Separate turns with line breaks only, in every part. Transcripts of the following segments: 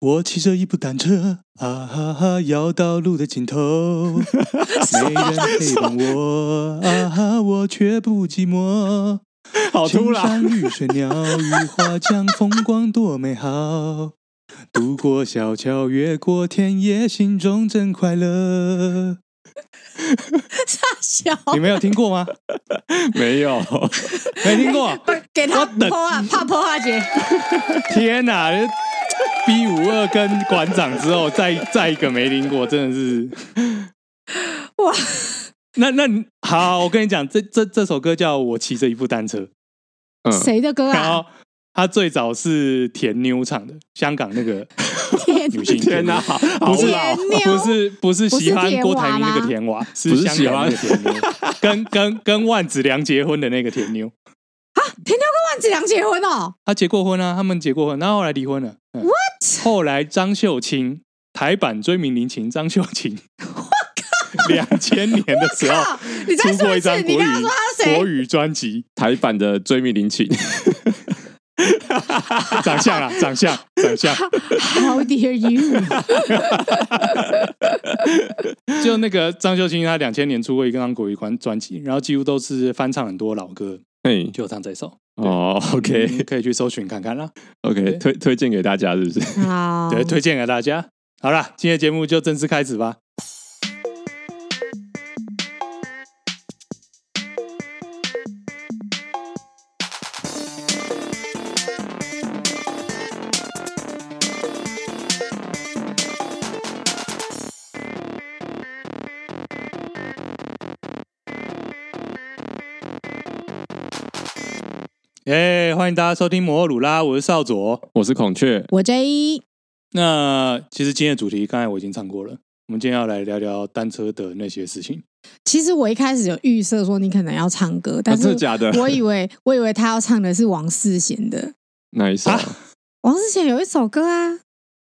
我骑着一部单车，啊哈哈，要到路的尽 头，没人陪伴我，啊哈，我却不寂寞。
好突然，
青山绿水鸟语花香，风光多美好。渡过小桥，越过田野，心中真快乐。
大小，
你没有听过吗？
没有，
没听过？啊
不是给他
我等
泼啊，怕泼啊姐，
天哪
！B 五二跟馆长之后，再再一个没听过，真的是
哇！
那那你好，我跟你讲，这这这首歌叫我骑着一部单车，
嗯，
谁的歌
然
啊？
后它最早是甜妞唱的，香港那个
天
女性
天哪，好
不是
老啊
甜妞
不是不是喜欢郭台铭那个甜娃，
不是
香港那个甜妞，跟跟跟万梓良结婚的那个甜妞，
万梓良结婚哦，
她结过婚啊，他们结过婚，然后后来离婚了。嗯、What？后来张秀清台版《追名林檎》，张秀清，两千年的时候
靠！你再
出
说
过
一
一
次
张，
你
国
刚刚
语
说他是
国
谁？
语专辑，
台版的《追觅林檎》
长相啊，长相，长 相，
How dare you？
就那个张秀清，她两千年出过一张国语专专辑，然后几乎都是翻唱很多老歌，
嘿，
就有唱这首。
哦
你
，OK
可以去搜寻看看啦，
OK，推推荐给大家是不是？
好，
对，推荐给大家。好啦，今天的节目就正式开始吧。耶哎欢迎大家收听摩尔鲁拉，我是少佐。
我是孔雀，
我 J E，
那其实今天的主题刚才我已经唱过了，我们今天要来聊聊单车的那些事情。
其实我一开始有预设说你可能要唱歌，但
啊真
是
的 假的？
我以为我以为他要唱的是王世贤的，
哪一首？
啊
王世贤有一首歌啊，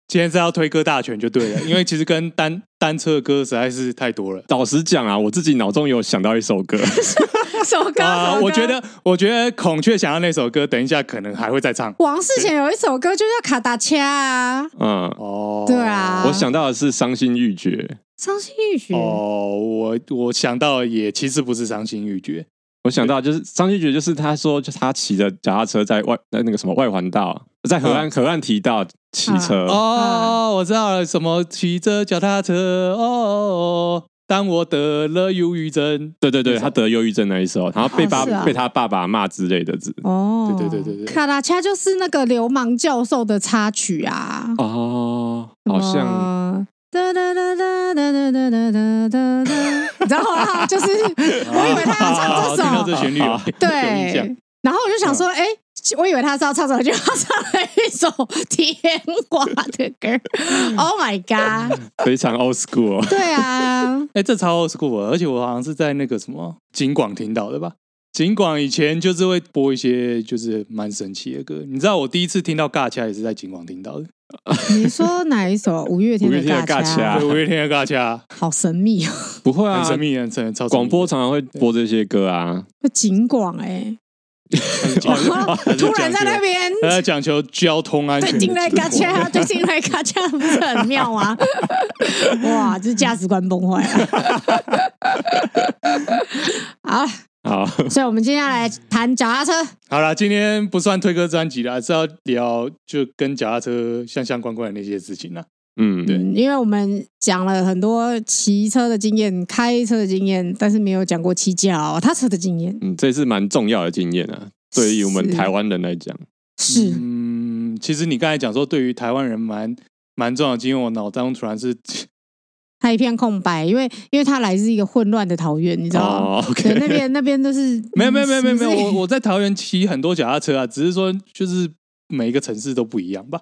今天是要推歌大全就 对了，因为其实跟单单车的歌实在是太多了。
老实讲啊，我自己脑中有想到一首歌，
什么歌？
啊、
什么歌
我觉得，我觉得孔雀想要那首歌，等一下可能还会再唱。
王世贤有一首歌就叫《卡达恰》啊，
嗯，
哦，
对啊
我想到的是《伤心欲绝》，
伤心欲绝。
哦，我我想到也其实不是伤心欲绝，
我想到就是《伤心欲绝》，就是他说，就他骑着脚踏车在外在那个什么外环道，在河岸、河岸提到骑车，
嗯
哦，我知道了，什么骑着脚踏车，哦，当我得了忧郁症，
对对对，
那首
他得忧郁症那一首，然后被爸、
哦是啊
被他爸爸骂之类的字。
哦，
对对对对对
卡达恰就是那个流氓教授的插曲啊，
哦，好像
呃。哒哒哒哒哒哒哒哒哒哒哒，你知道吗？就是我以为他 要唱这
听到这
首，
旋律 了，有印象
对。然后我就想说，哎、我以为他是要唱这首，就他唱了一首甜瓜的歌。Oh my god！
非常 old school 哦。
对啊，
哎、这超 old school，的而且我好像是在那个什么景广听到的吧？景广以前就是会播一些就是蛮神奇的歌，你知道我第一次听到尬掐也是在景广听到的，
你说哪一首？五月天的
五月天
《
的
尬
尬掐
掐
啊》，
对，五月天的尬 掐
好神秘哦，
不会啊
很，神秘，很神，超神秘
广播常常会播这些歌啊。
景广 哎，
哦 还是
啊突然在那
讲究
边。
还在讲求交通安
最
全，
近在嘎掐，啊最近在嘎掐，不是很妙吗？ 哇，这价值观崩坏了。好，
好，
所以我们今天要来谈脚踏车。
好啦，今天不算推歌专辑啦，是要聊就跟脚踏车相相关关的那些事情啦。
嗯，
对
嗯，因为我们讲了很多骑车的经验、开车的经验，但是没有讲过骑脚踏车的经验。
嗯，这是蛮重要的经验啊，对于我们
是
台湾人来讲，
是，
嗯，其实你刚才讲说，对于台湾人蛮蛮重要的经验，我脑中突然是
它一片空白，因为因为它来自一个混乱的桃园，你知道吗？
哦
啊对，
，OK，
那边那边都是
没有没有没有没有没有，我
我
我在桃园骑很多脚踏车啊，只是说就是每一个城市都不一样吧，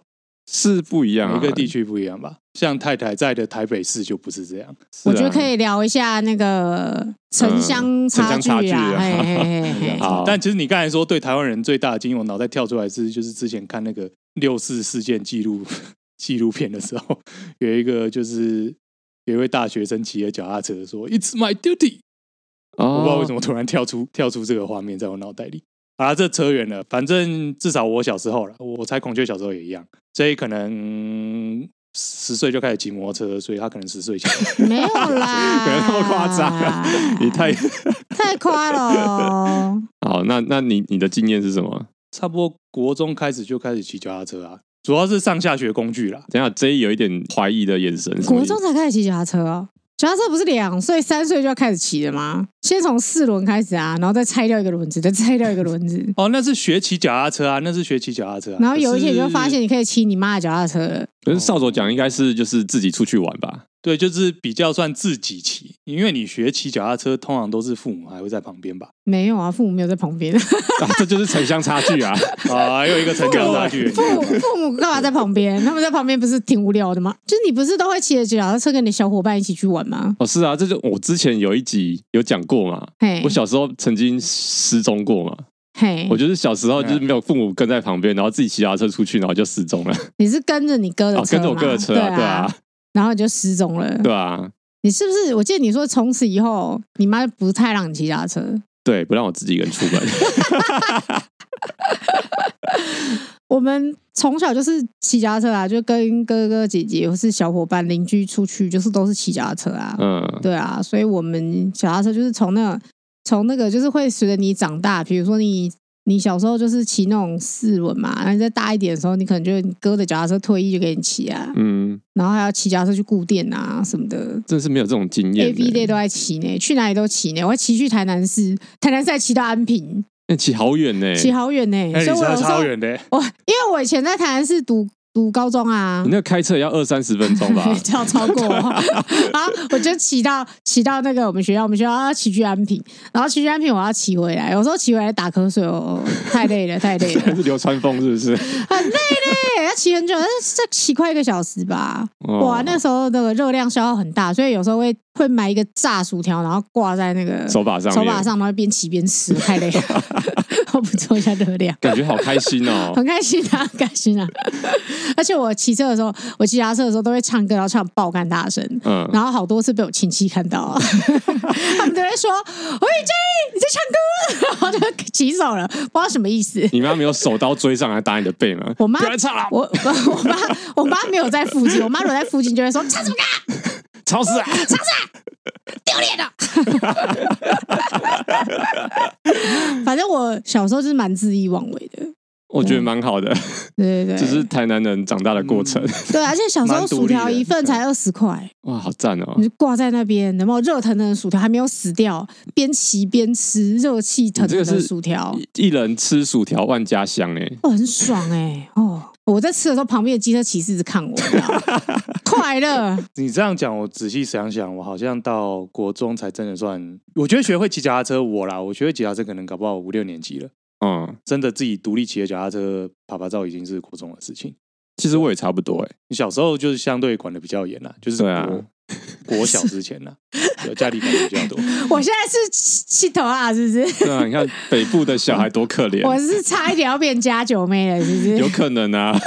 是不一样啊，
每一个地区不一样吧。像太太在的台北市就不是这样，
是啊
我觉得可以聊一下那个
呃
城乡差距
城乡差距
啊，
啊
嘿嘿 嘿嘿
好
但其实你刚才说对台湾人最大的惊，我脑袋跳出来是就是之前看那个六四事件记录纪录片的时候，有一个就是有一位大学生骑着脚踏
哦
哦
车说 “It's my duty”，、我不知道为什
么
么突然跳出跳出这个画面在我脑袋里。好啦，这扯远了。反正至少我小时候了，我我猜孔雀小时候也一样，所以可能十岁就开始骑摩托车，所以他可能十岁前
没有啦，
没有那么夸张啊 你太
太夸了 哦。
好，那那你你的经验是什么？
差不多国中开始就开始骑脚踏车啊，主要是上下学工具啦。
等一下 J 有一点怀疑的眼神。什么
国
意思
中才开始骑脚踏车哦，脚踏车不是两岁、三岁就要开始骑的吗？先从四轮开始啊，然后再拆掉一个轮子，再拆掉一个轮 子，
哦，那是学骑脚踏车啊，那是学骑脚踏车、啊。
然后有一天你就发
可是
现，你可以骑你妈的脚踏车了。
可是少佐讲应该是就是自己出去玩吧？
对，就是比较算自己骑，因为你学骑脚踏车，通常都是父母还会在旁边 吧。
没有啊，父母没有在 旁边，父
啊，这就是城乡差 距啊！
啊，还有一个城乡差距。
母父母干嘛在旁边？他们在旁边不是挺无聊的吗？就是你不是都会骑着脚踏车跟你的小伙伴一起去玩吗？
哦，是啊，这就我之前有一集有讲过嘛，
嘿
我，小时候曾经失踪过嘛，
嘿
我，就是小时候就是没有父母跟在旁边，然后自己骑脚踏车出去，然后就失踪了。
你是跟着你哥的
哦，
车
跟
吗，
着我哥的车
对
啊，对啊，
然后你就失踪了。
对啊，
你是不是？我记得你说从此以后，你妈就不太让你骑脚踏车。
对，啊不让我自己一个人出门。
我们从小就是骑脚踏车啊，就跟哥哥姐姐或是小伙伴、邻居出去，就是都是骑脚踏车啊。
嗯，
对啊，所以我们脚踏车就是从那从那个就是会随着你长大，比如说你你小时候就是骑那种四轮嘛，然后你再大一点的时候，你可能就你哥的脚踏车退役就给你骑啊，
嗯，
然后还要骑脚踏车去固店啊什么的。
真是没有这种经验
A
欸。
B day 都在骑呢，去哪里都骑呢。我还骑去台南市，台南市还骑到安平，
那欸骑好远呢，
骑好远呢。欸
哎，你
所以我有
差
时
超
候
远的，
我因为我以前在台南市读读高中啊
你，那开车也要二三十分嗯钟吧？
要超过我 啊，我就骑到骑到那个我们学校，我们学校要骑去安平，然后骑去安平我要骑回来，有时候骑回来打瞌睡，哦，太累 了，太累了，
是流川枫是不是？
很累嘞，要骑很久，但是这骑快一个小时吧。
哦
哇，那时候那个热量消耗很大，所以有时候会会买一个炸薯条，然后挂在那个
手把上
手
面
把上，然后边骑边吃，太累了， 我补充一下热量。。
感觉好开心哦
很开心啊，很开心啊！ 而且我骑车的时候，我骑脚踏车的时候都会唱歌，然后唱爆肝大声，
嗯，
然后好多次被我亲戚看到啊， 他们都会说：“喂 J，你在唱歌？”然 后就起手了，不知道什么意思。
你妈没有手刀追上来打你的背吗？
我妈
不要再唱了，
我 我我妈我妈没有在附近，我妈如果在附近就会说：“唱什么歌？
吵死啊！
丢脸的！”反正我小时候就是蛮恣意妄为的，
我觉得蛮好 的，
对对对，
这是台南人长大的过程。
对啊，而且小时候
蛮独
薯
立的
条一份才二十块。
哇，好赞哦
你！就挂在那边，然后热腾腾的薯条还没有死掉，边骑边吃，热气腾
你这
腾
个
的
是
薯条，
一一人吃薯条万家香哎，
哦，很爽哎、哦，我在吃的时候，旁边的机车骑士一直看我，你知道吗快乐，
你这样讲，我仔细想想，我好像到国中才真的算，我觉得学会骑脚踏车，我啦，我学会骑脚踏车可能搞不好五六年级了，
嗯，
真的自己独立骑的脚踏车爬爬照已经是国中的事情。
其实我也差不多哎，
你小时候就是相对管的比较严啦，就是国、
对啊
国小之前啦，对家里管的比较 多。
我现在是气头啊，是不是？
对啊，你看北部的小孩多可怜，
我是差一点要变家酒妹了，是不
有
是？
可能啊，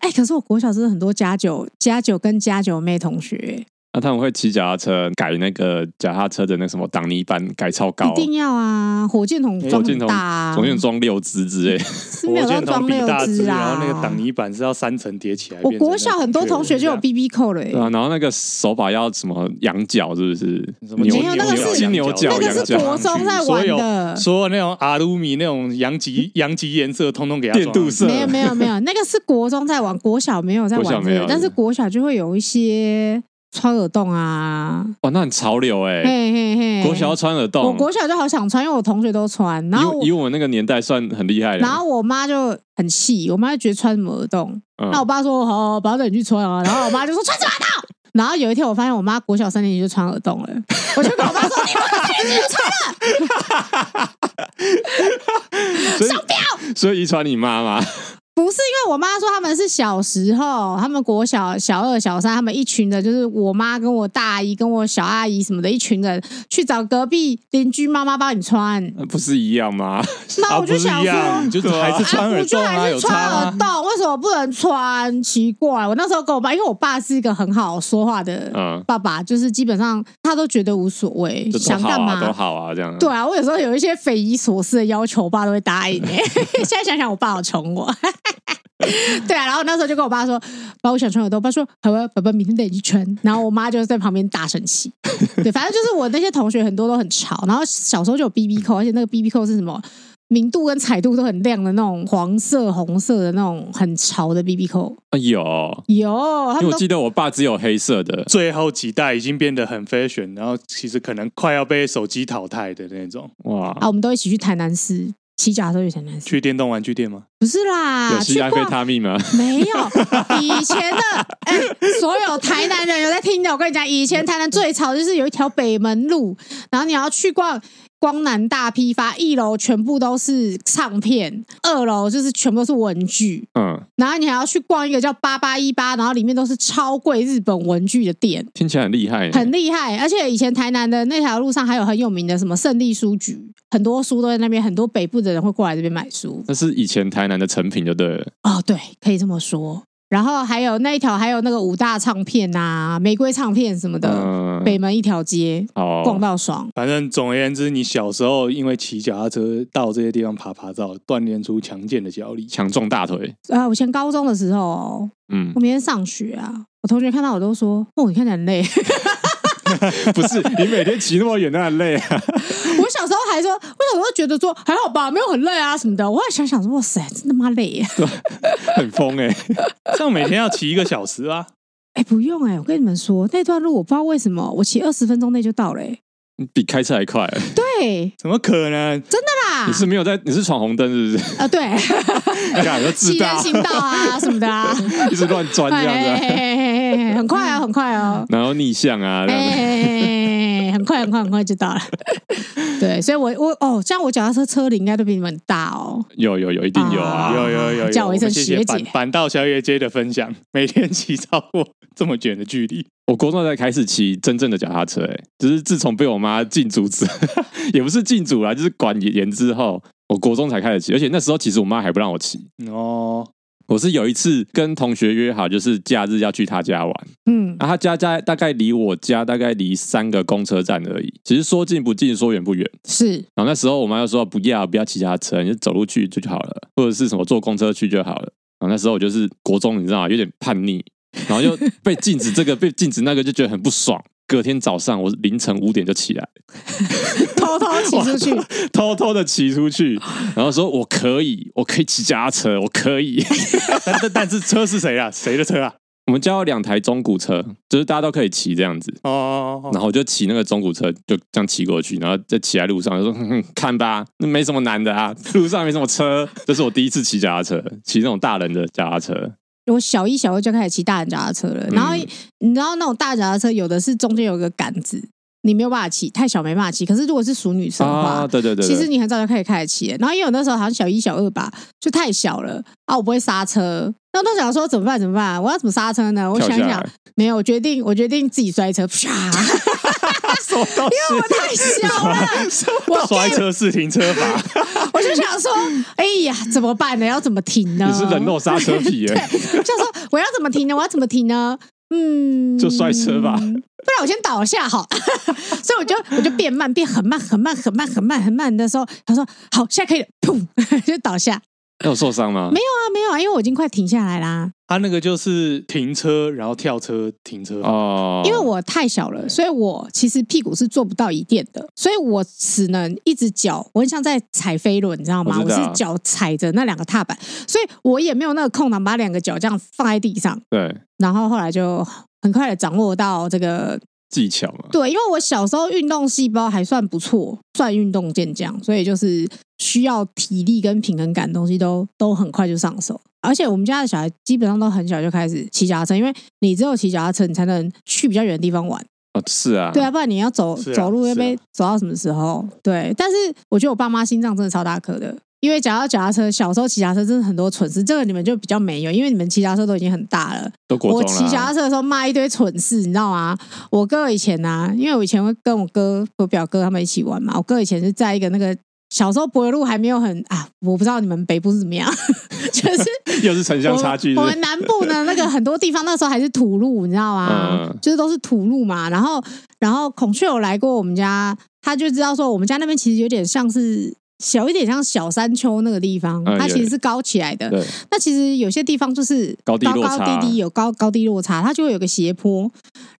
哎、可是我国小真的很多家酒、家酒跟家酒妹同学、
那他们会骑脚踏车改那个脚踏车的那什么挡泥板，改超高
一，定要啊！火箭筒装
火箭
很
筒
大、啊，
总共装六只之类。
是
火
没有到
箭
装
筒比
六
大只，
只
然
啊。
后那个挡泥板是要三层叠起来。
我
变成
国小
那个
很多同学就有
孔雀
BB 扣了、欸，
对啊， 然后那个手把要什么羊角是不是？
什么
牛
没有那个
牛
是
金牛角、
那
羊
个是
角
国中在玩的
所有所有那种阿鲁米那种阳极阳极颜色，通通给它
电
装上
镀色，
没有没有没 有，那个是国中在玩，国小没有在
国
玩
小
这
没
个
有，
但是国小就会有一些穿耳洞啊，
哇，那很潮流哎、
嘿嘿嘿，
国小要穿耳洞，
我国小就好想穿，因为我同学都穿，然后我
以以我们那个年代算很厉害了。
然后我妈就很气，我妈就觉得穿什么耳洞，
嗯
那我爸说哦好，爸等你去穿啊，然后我妈就说穿什么耳洞。然后有一天，我发现我妈国小三年级就穿耳洞了，我就跟我爸 说：“你妈三年级就穿
所以所以遗传你妈妈，
不是因为我妈说他们是小时候，他们国小小二、小三，他们一群的，就是我妈跟我大姨、跟我小阿姨什么的，一群人去找隔壁邻居妈妈帮你穿。
呃不是一样吗？
那
啊，
我就
不是
想
一
说，
样，你就是
对啊
还是穿
啊
耳
不就
洞啊，
还
有
是穿
差
耳
吗？
洞，为什么不能穿？奇怪，我那时候跟我爸，因为我爸是一个很好说话的
嗯，
爸爸，就是基本上他都觉得无所谓，
就都
想
好
干
啊，
嘛
都好啊，这样。
对啊，我有时候有一些匪夷所思的要求，我爸都会答应、欸。 现在想想，我爸好宠我。 对啊，然后那时候就跟我爸说：“爸，我想穿耳洞。”我爸说：“好吧，爸爸明天带你去穿。”然后我妈就在旁边大生气。 对，反正就是我那些同学很多都很吵，然后小时候就有 BB 扣，而且那个 BB 扣是什么明度跟彩度都很亮的那种黄色、红色的那种很潮的 BB 扣。
啊，有，
有，他
因为
们
我
都
记得我爸只有黑色的，
最后几代已经变得很 fashion，然后其实可能快要被手机淘汰的那种。
哇，
啊，我们都一起去台南市骑脚踏车去台南市，
去电动玩具店吗？
不啊是啦，
有
去
吸安非
逛
他命吗？
没有，以前的哎、所有台南人有在听的，我跟你讲，以前台南最潮就是有一条北门路，然后你要去逛光南大批发，一楼全部都是唱片，二楼就是全部都是文具，
嗯，
然后你还要去逛一个叫八八一八，然后里面都是超贵日本文具的店，
听起来很厉害耶，欸
很厉害。而且以前台南的那条路上还有很有名的什么胜利书局，很多书都在那边，很多北部的人会过来这边买书。
那是以前台南的成品就对了，
哦，对，可以这么说。然后还有那一条，还有那个五大唱片啊，玫瑰唱片什么的，
嗯，
北门一条街逛
哦，
到爽。
反正总而言之，你小时候因为骑脚踏车到这些地方爬爬照，锻炼出强健的脚力。
强壮大腿，
啊，我以前高中的时候，哦
嗯
我，每天上学啊，我同学看到我都说：“哦，你看起来很累。
不是，你每天骑那么远，那很累啊。”
我小时候还说，我小时候觉得说还好吧，没有很累啊什么的。我还想想说，哇塞，真他妈累耶！
很疯 哎、
这欸样每天要骑一个小时啊，
哎，不用哎，我跟你们说，那段路我不知道为什么，我骑二十分钟内就到了耶。
比开车还快、
对
怎么可能？
啦
你，是没有在，你是闯红灯是不是？
啊对，
干就
骑人
自大，
行道啊什么的啊。
一直乱钻这样子、啊
哎嘿嘿嘿嘿很快哦，很快哦，
然后逆向啊，这样子
哎，很快很快很快就到了。对，所以我我哦，这样我脚踏车车龄应该都比你们大哦。
有有有，一定有
啊
啊，
有有有有，
叫我一声
们谢谢
学
板
姐
板道小野街的分享，每天骑超过这么远的距离，
我国中才开始骑真正的脚踏车、哎，只是自从被我妈禁足之， 也不是禁足啦，就是管严之后，我国中才开始骑，而且那时候其实我妈还不让我骑。
哦，
我是有一次跟同学约好，就是假日要去她家玩，
嗯
然后她家家大概离我家大概离三个公车站而已，其实说近不近，说远不远。
是
然后那时候我妈就说不要不要骑脚踏车，你就走路去就就好了，或者是什么坐公车去就好了。然后那时候我就是国中，你知道吗？有点叛逆，然后又被禁止这个被禁止那个，就觉得很不爽。隔天早上我凌晨五点就起来，
偷偷骑出去，
偷偷的骑出去，然后说我可以，我可以骑脚踏车，我可以。
但但但是车是谁啊？谁的车啊？
我们家有两台中古车，就是大家都可以骑这样子。
哦，
然后我就骑那个中古车，就这样骑过去，然后在骑在路上就说：“哼哼，看吧，那没什么难的啊，路上没什么车。”这是我第一次骑脚踏车，骑那种大人的脚踏车，
我小一小二就开始骑大人脚踏车了。然后你知道那种大人脚踏车有的是中间有个杆子，你没有办法骑，太小没办法骑。可是如果是熟女生的话，
啊对对对
其
对，
实你很早就开始开始骑了，然后因为我那时候好像小一、小二吧，就太小了啊，我不会刹车。那我都想说怎么办？怎么办？我要怎么刹车呢？我
跳
想一
下
想
来，
没有，我决定，我决定自己摔车， 啪！因
什么东西？
为我太小了，我
摔车是停车法，
我就想说，哎呀，怎么办呢？要怎么停呢？
你是人肉刹车皮耶、
就说我要怎么停呢？我要怎么停呢？嗯，
就摔车吧
不 然我先倒下好， 所以我就我就变慢，变很慢，很慢，很慢，很慢，很慢的时候，他说好，现在可以了，砰 就倒下。
那有受伤吗？
没有啊，没有啊，因为我已经快停下来啦，
他啊那个就是停车，然后跳车停车法。
哦，
因为我太小了，所以我其实屁股是做不到椅垫的，所以我只能一只脚，我很像在踩飞轮，你知道吗？
我
我
知道
是脚踩着那两个踏板，所以我也没有那个空档把两个脚这样放在地上，
对
然后后来就很快的掌握到这个
技巧嘛，
对，因为我小时候运动细胞还算不错，算运动健将，所以就是需要体力跟平衡感的东西都都很快就上手。而且我们家的小孩基本上都很小就开始骑脚踏车，因为你只有骑脚踏车，你才能去比较远的地方玩。
哦是啊，
对啊，，不然你要走、
嗯是啊
走路会
是啊
被走到什么时候？对，但是我觉得我爸妈心脏真的超大颗的，因为讲到脚踏车，小时候骑脚踏车真的很多蠢事，这个你们就比较没有，因为你们骑脚踏车都已经很大了。
都国
我
中
骑
了
脚
啊、
踏车的时候骂一堆蠢事，你知道吗？我哥以前啊，因为我以前会跟我哥、我表哥他们一起玩嘛，我哥以前是在一个那个小时候柏油路还没有很啊，我不知道你们北部是怎么样， 就是
又是城乡
我
差距
我
是不是
们南部呢，那个很多地方那时候还是土路，你知道吗？
嗯
就是都是土路嘛。然后，然后孔雀有来过我们家，他就知道说我们家那边其实有点像是小一点像小山丘那个地方，
嗯
它
有
其实是高起来的。
对，
那其实有些地方就是
高低落
高
差
低低有高高低落差，它就会有个斜坡。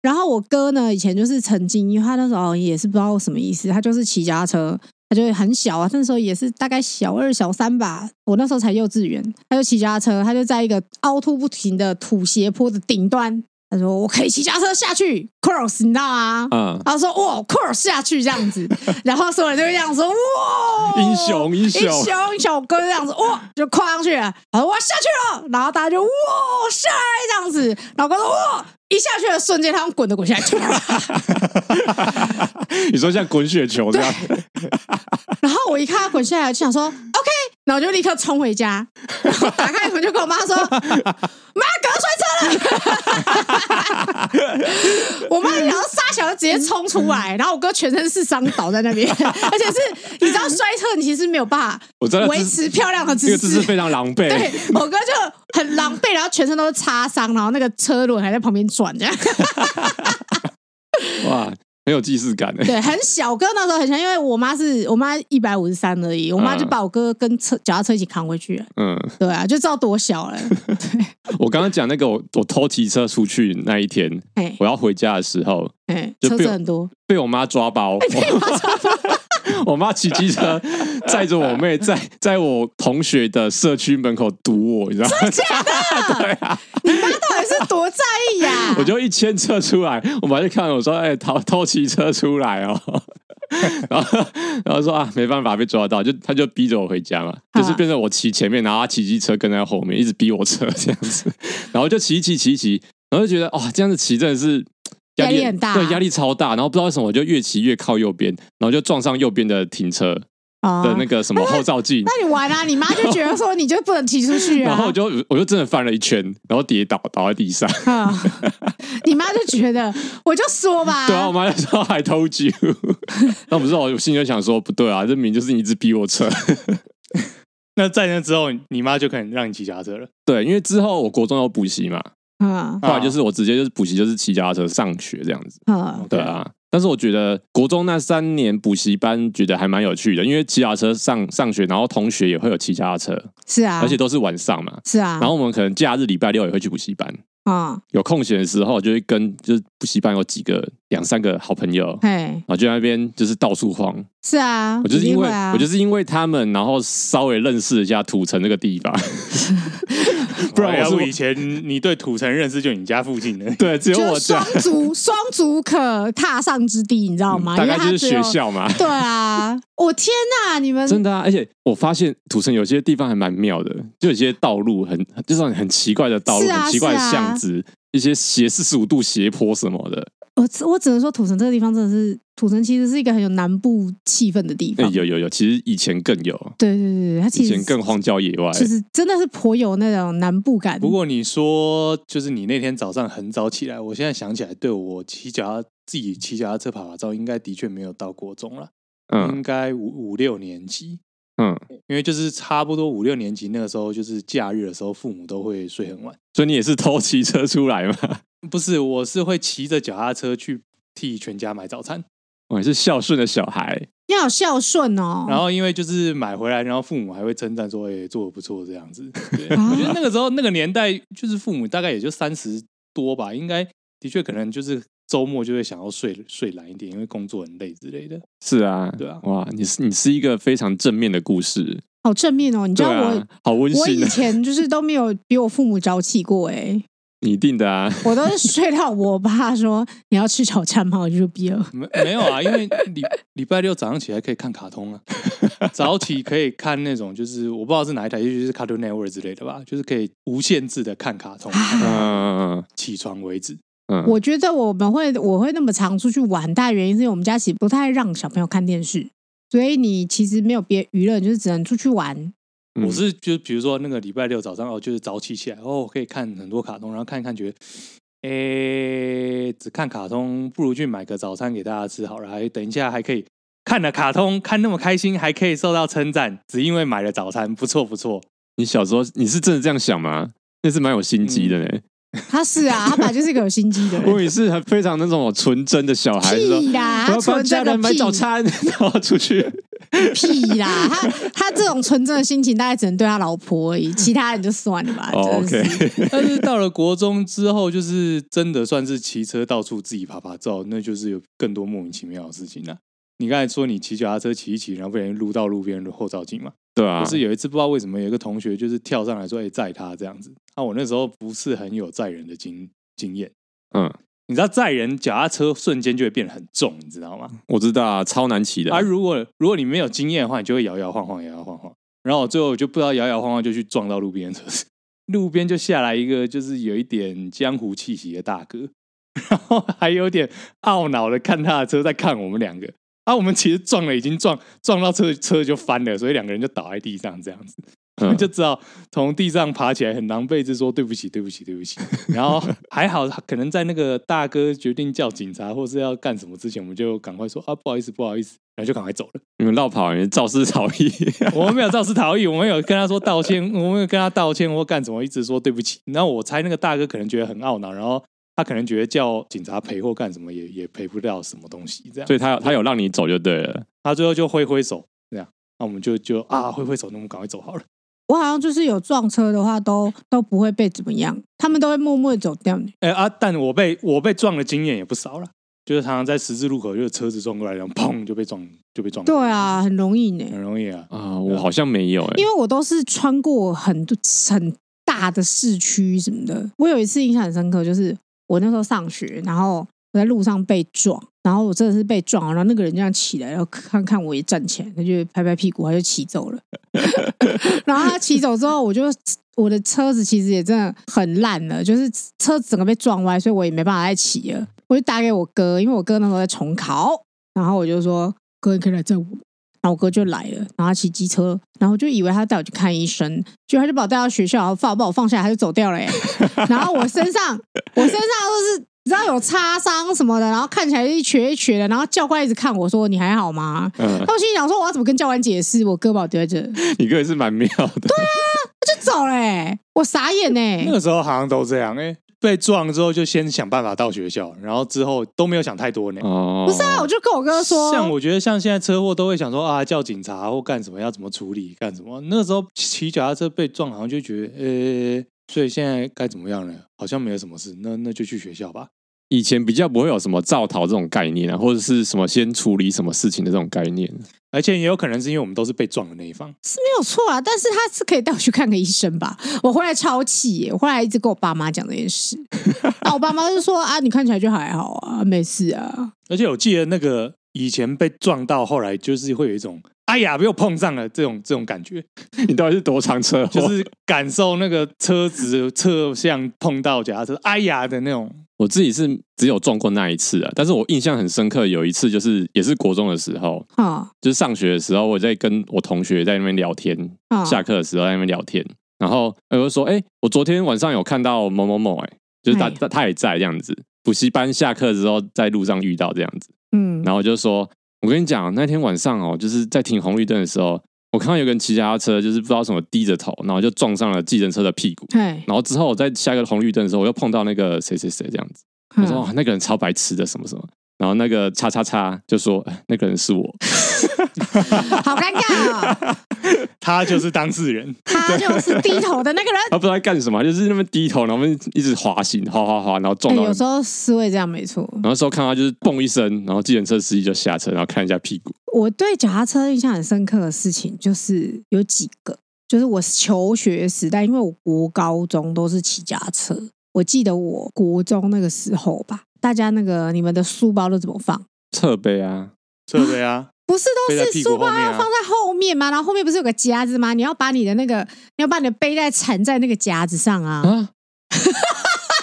然后我哥呢，以前就是曾经，因为他那时候也是不知道什么意思，他就是骑脚踏车，他就很小啊，那时候也是大概小二小三吧，我那时候才幼稚园，他就骑脚踏车，他就在一个凹凸不平的土斜坡的顶端，他说我可以骑脚踏车下去 cross，你知道吗？
嗯，
然后说哇 cross 下去这样 子，然后所有人就会这样说哇
英雄英雄
英雄小哥这样子，哇，就跨上去了，然后我下去了，然后大家就哇下来这样子，然后我说哇一下去的瞬间，他们滚的滚下去，
你说像滚雪球这样，
然后我一看他滚下来，就想说 OK，然后我就立刻冲回家，然后打开门就跟我妈说，妈，赶快摔车了， 我妈想要撒小就直接冲出来，然后我哥全身是伤倒在那边， 而且是你知道摔车你其实没有办法
我真的
维
知
持漂亮的姿
这
势，
个姿势非常狼
对
狈。
我哥就很狼狈，然后全身都是擦伤，然后那个车轮还在旁边转， 这样
哇，很有既视感诶。
对，很小。我哥那时候很小，因为我妈是我妈一百五十三而已，我妈就把我哥跟车脚踏车一起扛回去了。
嗯，
对啊，就知道多小了。
我刚刚讲那个我我偷骑车出去那一天，
哎
我要回家的时候
哎，
就
车
被
子
我
很 多，
被我妈抓包。 我妈骑机车载着我妹在在我同学的社区门口堵我，你知道 吗？
到底是多在意呀、
啊 我就一牵车出来，我妈就看我说：“哎、偷偷骑车出来哦。” 然后，然后说啊，没办法，被抓到，就他就逼着我回家嘛，
啊
就是变成我骑前面，然后他骑机车跟在后面，一直逼我车这样子，然后就骑一骑骑一骑，然后就觉得哇、这样子骑真的是
压力很大
对，压力超大。然后不知道为什么我就越骑越靠右边，然后就撞上右边的停车
啊
的那个什么后照镜，
那你玩啊，你妈就觉得说你就不能骑出去啊，
然后我就我就真的翻了一圈，然后跌倒倒在地上。
啊， 你妈就觉得我就说吧，
对啊，我妈就说 I told you，那不是我心里就想说不对啊，这明明就是你一直逼我车。
那在那之后，你妈就可能让你骑脚踏车了。
对，因为之后我国中有补习嘛，
嗯
后来就是我直接就是补习就是骑脚踏车上学这样子。
嗯，
对啊，但是我觉得国中那三年补习班觉得还蛮有趣的，因为骑脚踏车上上学，然后同学也会有骑脚踏车，
是啊，
而且都是晚上嘛。
是啊，
然后我们可能假日礼拜六也会去补习班，
啊，
有空闲的时候就会跟就是补习班有几个两三个好朋友，然
哎，
后就在那边就是到处晃，
是啊，
我就是
一
因
定
为、
会啊、
我就是因为他们，然后稍微认识一下土城这个地方， 不然
哦要
我
不
是
以前你对土城认识就你家附 近的，
对只有
就
我
是
这
双
样，嗯
足双足可踏上之地，你知道吗？
大概
因
就
为它
是
只有
学。校嘛。
对啊，我天哪！你们
真的啊，而且我发现土城有些地方还蛮妙的，就有些道路很就是很奇怪的道路，
是啊
很奇怪的
是啊
巷子，一些斜四十五度斜坡什么的，
我呃只我只能说，土城这个地方真的是，土城其实是一个很有南部气氛的地
哎
方。
有有有，其实以前更有，
对对对对，它其
以
实
前更荒郊野外。
就是真的是颇有那种南部感。
不过你说，就是你那天早上很早起来，我现在想起来，对我骑脚踏自己骑脚踏车爬爬照，应该的确没有到国中了，应
嗯
该五五六年级，
嗯，
因为就是差不多五六年级那个时候，就是假日的时候，父母都会睡很晚。
所以你也是偷骑车出来嘛？
不是，我是会骑着脚踏车去替全家买早餐，
我是孝顺的小孩，
你好孝顺哦。
然后因为就是买回来，然后父母还会称赞说：“哎、做的不错。”这样子，对
啊
我觉得那个时候那个年代，就是父母大概也就三十多吧，应该的确可能就是周末就会想要睡睡懒一点，因为工作很累之类的。
是啊，
对啊
哇，你是你是一个非常正面的故事，
好正面哦，你知
对
道我、
啊，好温
我
馨
以
啊，
前就是都没有比我父母早起过哎、
你一定的啊，
我都是睡到我爸说你要吃早餐吗？我就说不要。
没没有啊，因为礼礼拜六早上起来可以看卡通啊，早起可以看那种就是我不知道是哪一台，也许是 Cartoon Network 之类的吧，就是可以无限制的看卡 通，看到
嗯
起床为止。
嗯嗯，
我觉得我们会我会那么常出去玩，很大原因是因为我们家其实不太让小朋友看电视。所以你其实没有别娱乐，你就是只能出去玩。
嗯
我是就比如说那个礼拜六早上哦，就是早起起来哦，可以看很多卡通，然后看一看觉得，诶，只看卡通不如去买个早餐给大家吃好了，还等一下还可以看了卡通看那么开心，还可以受到称赞，只因为买了早餐，不错不错。
你小时候你是真的这样想吗？那是蛮有心机
嗯
的呢、
他是 啊，他本来就是一个有心机的人。
我也是很非常那种纯真的小孩，说
屁啦，
我
他
要帮
纯
家
真
人
个
买
屁
早餐，然后 出去。
屁啦，他他这种纯正的心情，大概只能对他老婆 而已，其他人就算了吧。
哦
啊真的是
，OK，
但是到了国中之后，就是真的算是骑车到处自己爬爬照，那就是有更多莫名其妙的事情了、你刚才说你骑脚踏车骑一骑，然后被人撸到路边的后照镜嘛？
对啊，
可是有一次不知道为什么有一个同学就是跳上来说：“哎、载他这样子。那我那时候不是很有载人的经经验，
嗯，
你知道载人脚踏车瞬间就会变得很重，你知道吗？
我知道啊，超难骑的
啊，，如果如果你没有经验的话，你就会摇摇晃晃，摇摇晃晃。然后我最后就不知道摇摇晃晃就去撞到路边的车子，路边就下来一个就是有一点江湖气息的大哥，然后还有点懊恼的看他的车在看我们两个。啊，我们其实撞了，已经撞撞到车车就翻了，所以两个人就倒在地上这样子。
嗯
就知道从地上爬起来，很狼狈，就说对不起，对不起，对不起。然后还好，可能在那个大哥决定叫警察或是要干什么之前，我们就赶快说啊，不好意思，不好意思，然后就赶快走了。
你们绕跑，你们肇事逃 逸。
我们没有肇事逃逸，我们有跟他说道歉，我们有跟他道歉或干什么，一直说对不起。然后我猜那个大哥可能觉得很懊恼，然后他可能觉得叫警察赔或干什么也也赔不到什么东西，这样
所。以他有他有让你走就对了，
他最后就挥挥手，这样，那我们就就啊挥挥手，那我们赶快走好了。
我好像就是有撞车的话，都都不会被怎么样，他们都会默默地走掉你。
哎、啊！但我被我被撞的经验也不少了，就是常常在十字路口，就是车子撞过来，然后砰就被撞，就被撞。
对，啊，很容易呢，
很容易啊。
啊，我好像没有哎、
因为我都是穿过很多很大的市区什么的。我有一次印象很深刻，就是我那时候上学，然后我在路上被撞，然后我真的是被撞，然后那个人这样起来，然后看看我也站起来，他就拍拍屁股，他就骑走了。 然后他骑走之后，我就我的车子其实也真的很烂了，就是车子整个被撞歪，所以我也没办法再骑了。我就打给我哥，因为我哥那时候在重考，然后我就说：“哥，你可以来载我吗然后我哥就来了，然后他骑机车，然后我就以为他带我去看医生，结果他就把我带到学校，然后放把我放下来，他就走掉 了耶。然后我身上，我身上都是你知道有擦伤什么的，然后看起来一瘸一瘸的，然后教官一直看我说你还好吗？
嗯，
那我心里想说我要怎么跟教官解释我哥把我丢在这，他
你个人是蛮妙的，
就走了耶，我傻眼
那
哎。
个时候好像都这样，哎、被撞之后就先想办法到学校，然后之后都没有想太多呢。
哦，
不是啊，我就跟我哥说，
像我觉得像现在车祸都会想说啊，叫警察或干什么，要怎么处理，干什么。那个时候骑脚踏车被撞，好像就觉得，呃、所以现在该怎么样呢？好像没有什么事，那那就去学校吧。
以前比较不会有什么造逃这种概念啊，或者是什么先处理什么事情的这种概念，
而且也有可能是因为我们都是被撞的那一方，
是没有错啊，但是他是可以带我去看个医生吧？ 我回来超气耶，我回来一直跟我爸妈讲这件 事，啊，我爸妈就说啊，你看起来就还好啊，没事啊，
而且我记得那个以前被撞到，后来就是会有一种哎呀，被我碰上了这种这种感觉，
你到底是多长车祸？
就是感受那个车子侧向碰到脚踏车，哎呀的那种。
我自己是只有撞过那一次啊，但是我印象很深刻，有一次就是也是国中的时候，
啊
就是上学的时候，我在跟我同学在那边聊天，
啊，
下课的时候在那边聊天，然后我就说：“哎、我昨天晚上有看到某某某、哎，就是他
哎
他他也在这样子，补习班下课之后在路上遇到这样子。”
嗯，
然后我就说：“我跟你讲，那天晚上哦，就是在停红绿灯的时候，我看到有个人骑脚踏车，就是不知道什么低着头，然后就撞上了计程车的屁股。
嘿，
然后之后我在下一个红绿灯的时候，我又碰到那个谁谁谁这样子。”我
嗯
说、 哦、那个人超白痴的什么什么，然后那个叉叉叉就说哎那个人是我，
好尴尬哦，
他就是当事人，
他就是低头的那 个人。
他不知道在干什么，就是那么低头，然后一直滑行，滑滑滑，然后撞
哎
到。
有时候思维这样没错。
然后之后看到他就是嘣一声，然后计程车司机就下车，然后看一下屁股，
我对脚踏车印象很深刻的事情就是有几个，就是我求学时代，因为我国高中都是骑脚踏车。我记得我国中那个时候吧，大家那个你们的书包都怎么放？
侧背啊，
对不对啊？
不是都
背在
是
屁股
书包
后面啊
要放在后面吗？然后后面不是有个夹子吗？你要把你的那 个，你要把你的背带缠在那个夹子上啊。
啊，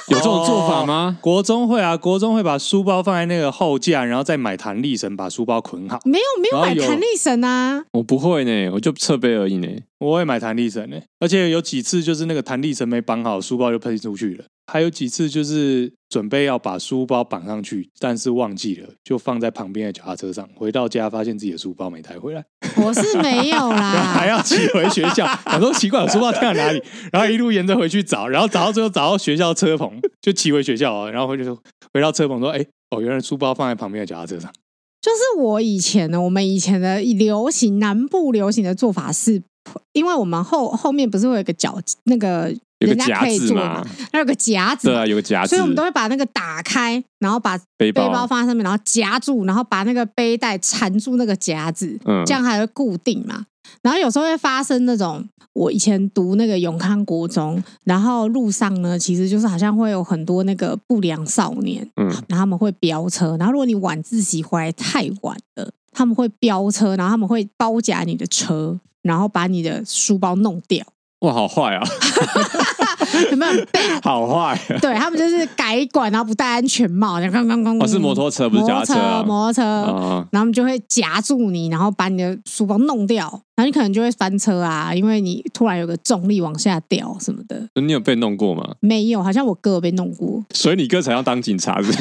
有这种做法款吗？
国中会啊，国中会把书包放在那个后架，然后再买弹力绳把书包捆好。
没有没有
然后
买
有
弹力绳啊，
我不会呢，我就侧背而已呢。
我会买弹力绳呢、欸而且有几次就是那个弹力绳没绑好，书包就喷出去了。还有几次就是准备要把书包绑上去，但是忘记了，就放在旁边的脚踏车上。回到家发现自己的书包没带回来，
我是没有
然后还
啦。
要骑回学 校，想说奇怪，我书包掉在哪里？然后一路沿着回去找，然后找到最后找到学校车棚，就骑回学校啊。然后回去说回到车棚说，哎、哦，原来书包放在旁边的脚踏车上。
就是我以前呢，我们以前的流行南部流行的做法是，因为我们后后面不是会有一个脚那个
有个
人家
夹
可以
子
坐
嘛
嘛，，那有个夹子
对
嘛，
啊，有个夹子，
所以我们都会把那个打开，然后把
背
背包放在上面，然后夹住，然后把那个背带缠住那个夹子，
嗯
这样还会固定嘛。然后有时候会发生那种，我以前读那个永康国中，然后路上呢，其实就是好像会有很多那个不良少年，
嗯
然后他们会飙车，然后如果你晚自习回来太晚了，他们会飙车，然后他们会包夹你的车，然后把你的书包弄掉，
哇，好坏啊，
有没有很 bad？
好坏啊！
对他们就是改管，然后不戴安全帽，然后刚刚刚，
哦，是摩托车，不是
摩
脚
托
踏车啊
摩托车，
啊，
然后他们就会夹住你，然后把你的书包弄掉，然后你可能就会翻车啊，因为你突然有个重力往下掉什么的。
你有被弄过吗？
没有，好像我哥有被弄 过，
所以你哥才要当警察是不是？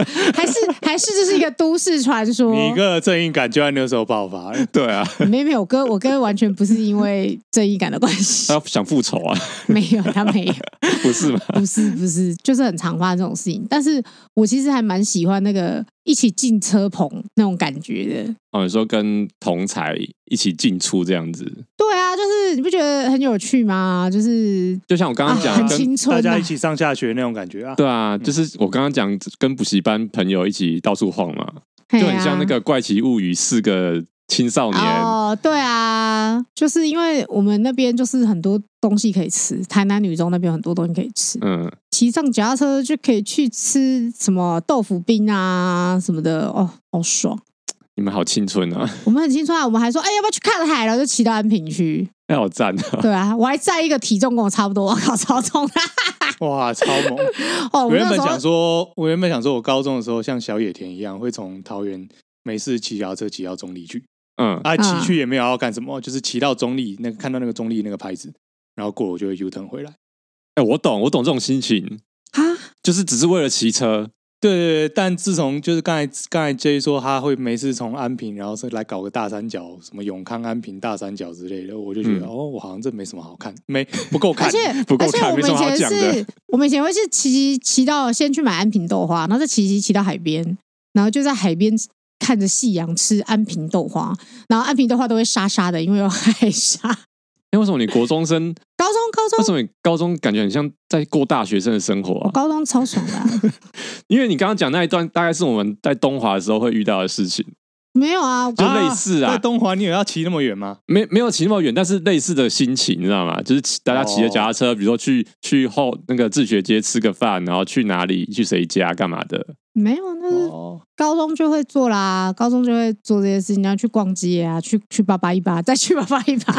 还是还是这是一个都市传说。
你哥的正义感就在那时候爆 发了。
对啊，
没有没有，我哥我哥完全不是因为正义感的关系
他，要想复仇啊，
没有他没有，
不是吗？
不是不是，就是很常发生这种事情。但是我其实还蛮喜欢那个一起进车棚那种感觉的。
哦，你说跟同才一起进出这样子，
对啊，就是你不觉得很有趣吗？就是
就像我刚刚
啊
讲
很
的，跟
青春啊
大家一起上下学那种感觉啊。
对啊，就是我刚刚讲跟补习班朋友一起到处晃嘛，
就
就很像那个《怪奇物语》四个青少年，
哦，对啊，就是因为我们那边就是很多东西可以吃，台南女中那边有很多东西可以吃，
嗯，
骑上脚踏车就可以去吃什么豆腐冰啊什么的，哦，好爽！
你们好青春啊，
我们很青春啊，我们还说，哎、要不要去看海了？就骑到安平去，
哎，好赞啊！
对啊，我还在一个体重跟我差不多，我靠，超重的，啊
哇，超猛！
哦，我
我
们
原
那
本
时
想
候。
说，我原本想说，我高中的时候像小野田一样，会从桃园没事骑脚踏车骑到中立去。
嗯，
啊，
嗯
骑去也没有要干什么，就是骑到中立那个看到那个中立那个牌子，然后过了我就会 U turn 回来。
哎，我懂，我懂这种心情，
啊，
就是只是为了骑车，
对对对，但自从就是刚才刚才 J 说他会没事从安平，然后是来搞个大三角，什么永康、安平大三角之类的，我就觉得、
嗯
哦，我好像这没什么好看，没不够看
而且。
不够
而且
啊
看
我
没
们
什
以
么好
前
讲的
是，我们以前会是骑骑到先去买安平豆花，然后再骑骑骑到海边，然后就在海边看着夕阳吃安平豆花，然后安平豆花都会沙沙的，因为有海沙。
哎，为什么你国 中生，
高中高
为
中
什么你高中感觉很像在过大学生的生活
我
啊？
高中超爽的啊、
因为你刚刚讲那一段，大概是我们在东华的时候会遇到的事情，
没有啊，
就类似啊
在东华，你有要骑那么远吗？
没没有骑那么远，但是类似的心情，你知道吗？就是骑大家骑
哦
着脚踏车，比如说去去后那个自学街吃个饭，然后去哪里去谁家干嘛的，
没有，那是
哦，
高中就会做啦，高中就会做这些事情，要去逛街啊，去去八八一八，再去八八一八。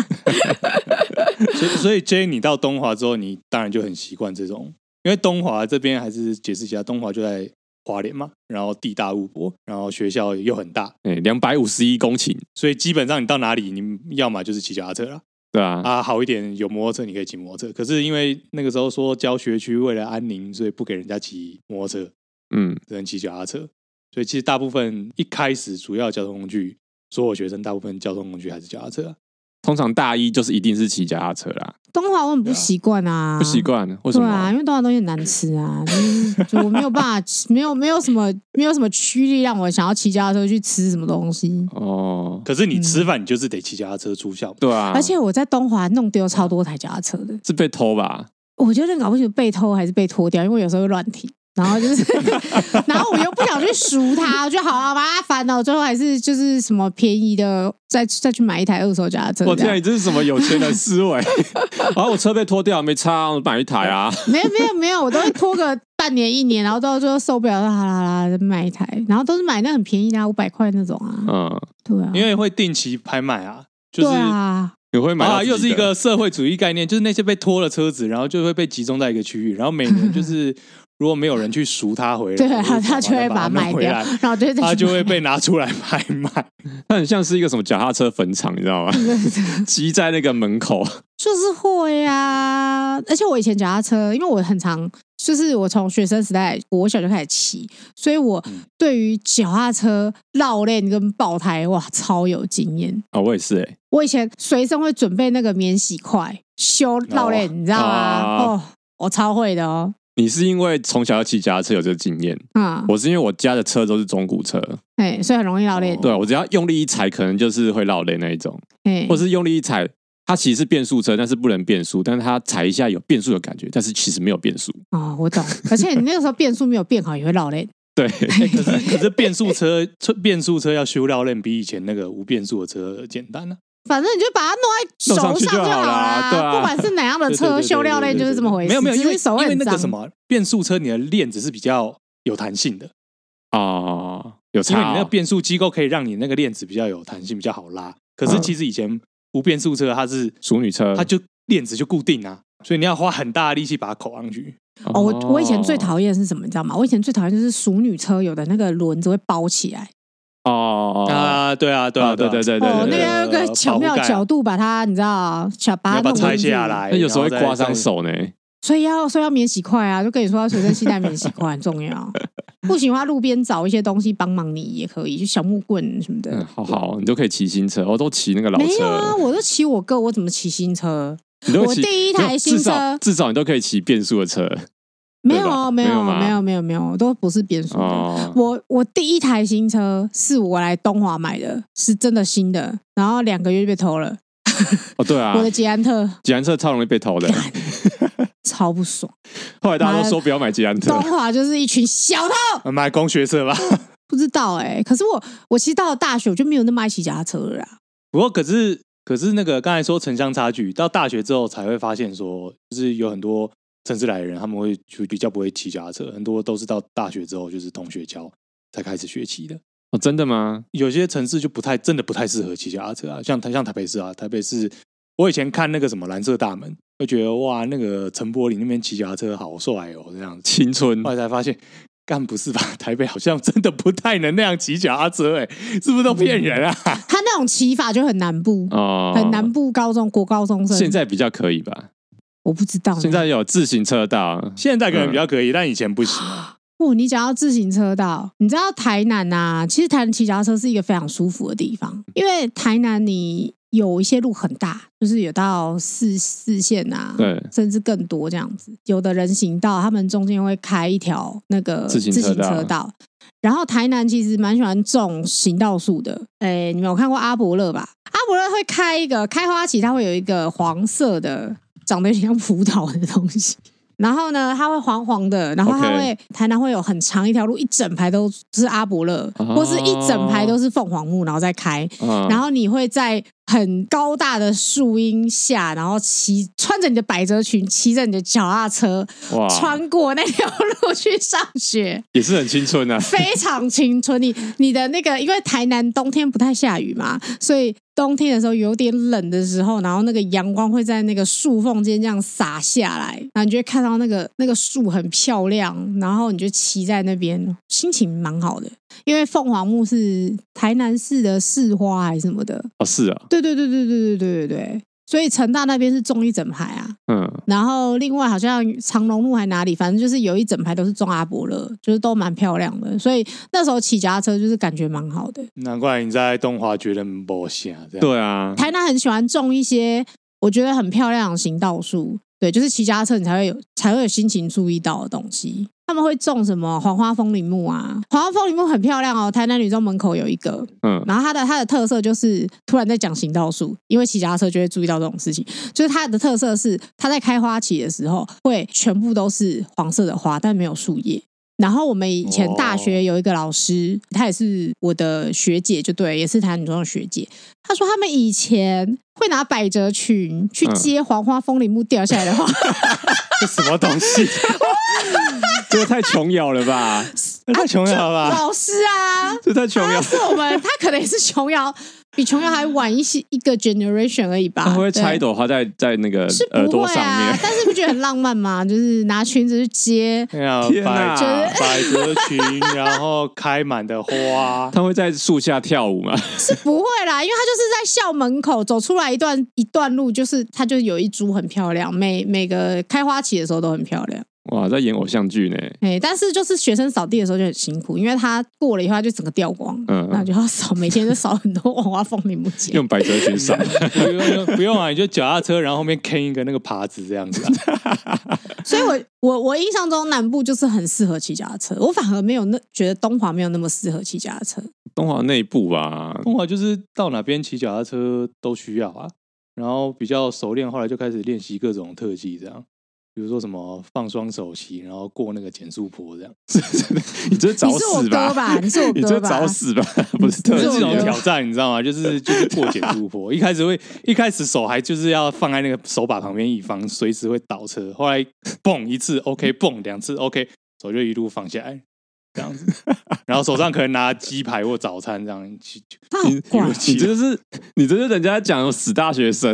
所以所以 J 你到东华之后，你当然就很习惯这种，因为东华这边还是解释一下，东华就在华联嘛，然后地大物博，然后学校又很大，
哎、两百五十一公顷，
所以基本上你到哪里，你要么就是骑脚踏车啦，
对啊，
啊，好一点有摩托车你可以骑摩托车，可是因为那个时候说教学区为了安宁，所以不给人家骑摩托车，
嗯，
只能骑脚踏车，所以其实大部分一开始主要交通工具，所有学生大部分交通工具还是脚踏车啊、
通常大一就是一定是骑脚踏车啦，
东华我很不习惯啊，
不习惯，为什
对啊，
么？
因为东华东西很难吃啊， 就是就我没有办法吃，没有没有什么没有什么驱力让我想要骑脚踏车去吃什么东西。
哦，
可是你吃饭你就是得骑脚踏车出校门，
对啊，
而且我在东华弄丢超多台脚踏车的，
是被偷吧？
我觉得搞不清楚被偷还是被脱掉，因为我有时候会乱停。然后就是， 然后我又不想去赎它，我就好啊麻烦哦。最后还是就是什么便宜的，再再去买一台二手脚踏车这
我
样。
天、啊，你这是什么有钱人思维？啊，我车被拖掉，没差，我买一台啊。
没有没有没有，我都会拖个半年一年，然后到最后受不了，啦啦啦再买一台，然后都是买那很便宜的、啊，五百块那种啊。
嗯，
对啊，
因为会定期拍卖啊，就是。
对啊，
你会买到
啊，
自己
又是一
的
个社会主义概念，就是那些被拖了车子，然后就会被集中在一个区域，然后每年就是如果没有人去赎它回来，
对啊
或者是
他就会
把它
把它卖
弄回
掉
来，
然后对对，
它就会被拿出来拍卖。
它很像是一个什么脚踏车坟场，你知道吗？ 积在那个门口，
就是会啊，而且我以前脚踏车，因为我很常，就是我从学生时代我小就开始骑，所以我对于脚踏车绕链跟爆胎哇超有经验。
啊、我也是哎、欸，
我以前随身会准备那个免洗块修绕链，你知道吗？
哦
哦，我超会的哦，
你是因为从小要骑脚踏车有这个经验，
啊、嗯，
我是因为我家的车都是中古车，
哎，所以很容易绕链，
对我只要用力一踩，可能就是会落泪那一种，
哎，
或是用力一踩，它其实是变速车，但是不能变速，但是它踩一下有变速的感觉，但是其实没有变速。
哦，我懂。而且你那个时候变速没有变好，也会绕链。
对，
欸
哎
可是可是变速车车变速车要修绕链比以前那个无变速的车简单啊呢、
反正你就把它弄在
弄上
手
去就
就
好
啦，
啦对啊
不管是哪样的
对对对
呃车，
对对
修料
对
类
对
就是这么回事。
没有没有，
只
因
是
为
手会
因为
很
那
脏
个什么变速车，你的链子是比较有弹性的，
啊、
因为
有
你
差、
那个
哦。
变速机构可以让你那个链子比较有弹性，比较好拉。可是
嗯
其实以前无变速车它是
熟女车，
它就链子就固定啊，所以你要花很大的力气把它扣上去。
哦，我我以前最讨厌是什么，你知道吗？我以前最讨厌就是熟女车有的那个轮子会包起来，
哦，
啊，对啊，对啊，
啊对对
啊
对对
哦，那
对对
个要有个
呃
巧妙
保护
啊
盖
角度把它，你知道，巧
你
把
要
它
把它
弄
拆
进去
下，来，
那有时候会
然后再
刮伤
上
手呢。
所以要所以要免洗块啊，就跟你说要随身携带免洗块很重 要。不行的话，路边找一些东西帮忙你也可以，就小木棍什么的。
嗯，好好，你都可以骑新车，我、都骑那个老
没有啊，
车，
我都骑我哥，我怎么骑新车？
你都
我
骑
第一台
没有
新
至
车
少至少你都可以骑变速的车
没有
对
哦，
吧
没
没
有，
有吗
没有，没有，没有，都不是变速的。
哦。
我我第一台新车是我来东华买的，是真的新的，然后两个月就被偷了。
哦，对啊
我，的捷安特
捷安特超容易 被偷的，
超不爽，
后来大家都说不要买捷 安特
东。华就是一群小偷，
呃 买工学车吧。
不知道哎、可是我我其实到了大学我就没有那么爱骑脚踏车了啦。
不过可是可是那个刚才说城乡差距，到大学之后才会发现说，就是有很多城市来的人，他们会就比较不会骑脚踏车，很多都是到大学之后就是同学教才开始学骑的。
哦，真的吗？
有些城市就不太真的不太适合骑脚踏车啊，像台像台北市啊，台北市我以前看那个什么蓝色大门，会觉得哇，那个陈柏霖那边骑脚踏车好帅哦，这样子。
青春
后来才发现，干不是吧？台北好像真的不太能那样骑脚踏车、欸，是不是都骗人啊？
他那种骑法就很南部，
哦，
很南部高中国高中生。
现在比较可以吧？
我不知道欸呢，
现在有自行车道，
现在可能比较可以，但以前不行啊。
哇，你讲到自行车道，你知道台南呐、其实台南骑脚踏车是一个非常舒服的地方，因为台南你有一些路很大，就是有到四四线啊，
对
甚至更多这样子。有的人行道，他们中间会开一条那个
自行车道
道。然后台南其实蛮喜欢种行道树的，哎，你们有看过阿伯勒吧？阿伯勒会开一个开花期，它会有一个黄色的，长得有点像葡萄的东西。 然后呢，它会黄黄的，然后它
OK
会台南会有很长一条路，一整排都是阿伯勒，
哦
或是一整排都是凤凰木，然后再开。
嗯，
然后你会在很高大的树荫下，然后骑穿着你的百褶裙，骑着你的脚踏车，
哇，
穿过那条路去上 学，
也是很青春啊，
非常青春。你你的那个，因为台南冬天不太下雨嘛，所以冬天的时候有点冷的时候，然后那个阳光会在那个树缝间这样洒下来，然后你就会看到那个 那个树很漂亮，然后你就骑在那边，心情蛮好的。因为凤凰木是台南市的市花还是什么的，
哦，是啊，
对对对对对对对对对，所以成大那边是种一整排啊。
嗯，
然后另外好像长隆路还哪里，反正就是有一整排都是种阿伯勒，就是都蛮漂亮的，所以那时候骑脚踏车就是感觉蛮好的。
难怪你在东华觉得不行啊，这样。
对啊，
台南很喜欢种一些我觉得很漂亮的行道树，对，就是骑脚踏车你才会有才会有心情注意到的东西。他们会种什么黄花风铃木啊？黄花风铃木很漂亮哦，台南女中门口有一个，
嗯，
然后它的它的特色就是突然在讲行道树，因为骑脚踏车就会注意到这种事情。就是它的特色是，它在开花期的时候会全部都是黄色的花，但没有树叶。然后我们以前大
哦
学有一个老师，她也是我的学姐，就对，也是台南女中的学姐。她说他们以前会拿百褶裙去
嗯
接黄花风铃木掉下来的花，
这什么东西？
这个太琼瑶了
啊
吧，
太穷了吧？
老师啊，
这太琼
他
瑶，
是我们，他可能也是琼瑶比琼瑶还晚一些一个 generation 而已吧。
他会不会
对
插一朵花在在那个
是
耳
不
朵
会
上
啊
面，，
但是不觉得很浪漫吗？ 就是拿裙子去接，
哎呀，
天
百
哪就是
百褶裙，然后开满的花，
他会在树下跳舞嘛？
是不会啦，因为他就是在校门口走出来一段一段路，就是他就有一株很漂亮，每每个开花期的时候都很漂亮。
哇，在演偶像剧呢。
哎、但是就是学生扫地的时候就很辛苦，因为他过了以后他就整个掉光，
嗯
那就要扫，每天都扫 很多万花风铃不见。
用百褶裙上，
不用不用啊，你就脚踏车，然后后面坑一个那个耙子这样子、啊。
所以我我我印象中南部就是很适合骑脚踏车，我反而没有那觉得东华没有那么适合骑脚踏车。
东华内部啊 吧，
中华就是到哪边骑脚踏车都需要啊，然后比较熟练，后来就开始练习各种特技，这样，比如说什么放双手骑，然后过那个减速坡这样，
你这是找
你是我
死
哥吧？你是我
你这
哥
是
吧
找？死吧？不是特
这
你是我
是一种
哥
技哦，
挑战，你知道吗？就是就是过减速坡，一开始会一开始手还就是要放在那个手把旁边，以防随时会倒车，后来蹦一次 OK，蹦两次 OK，手就一路放下来。这样子，然后手上可能拿鸡排或早餐这样去，
他好怪哦。
你这是你这是人家讲有死大学生，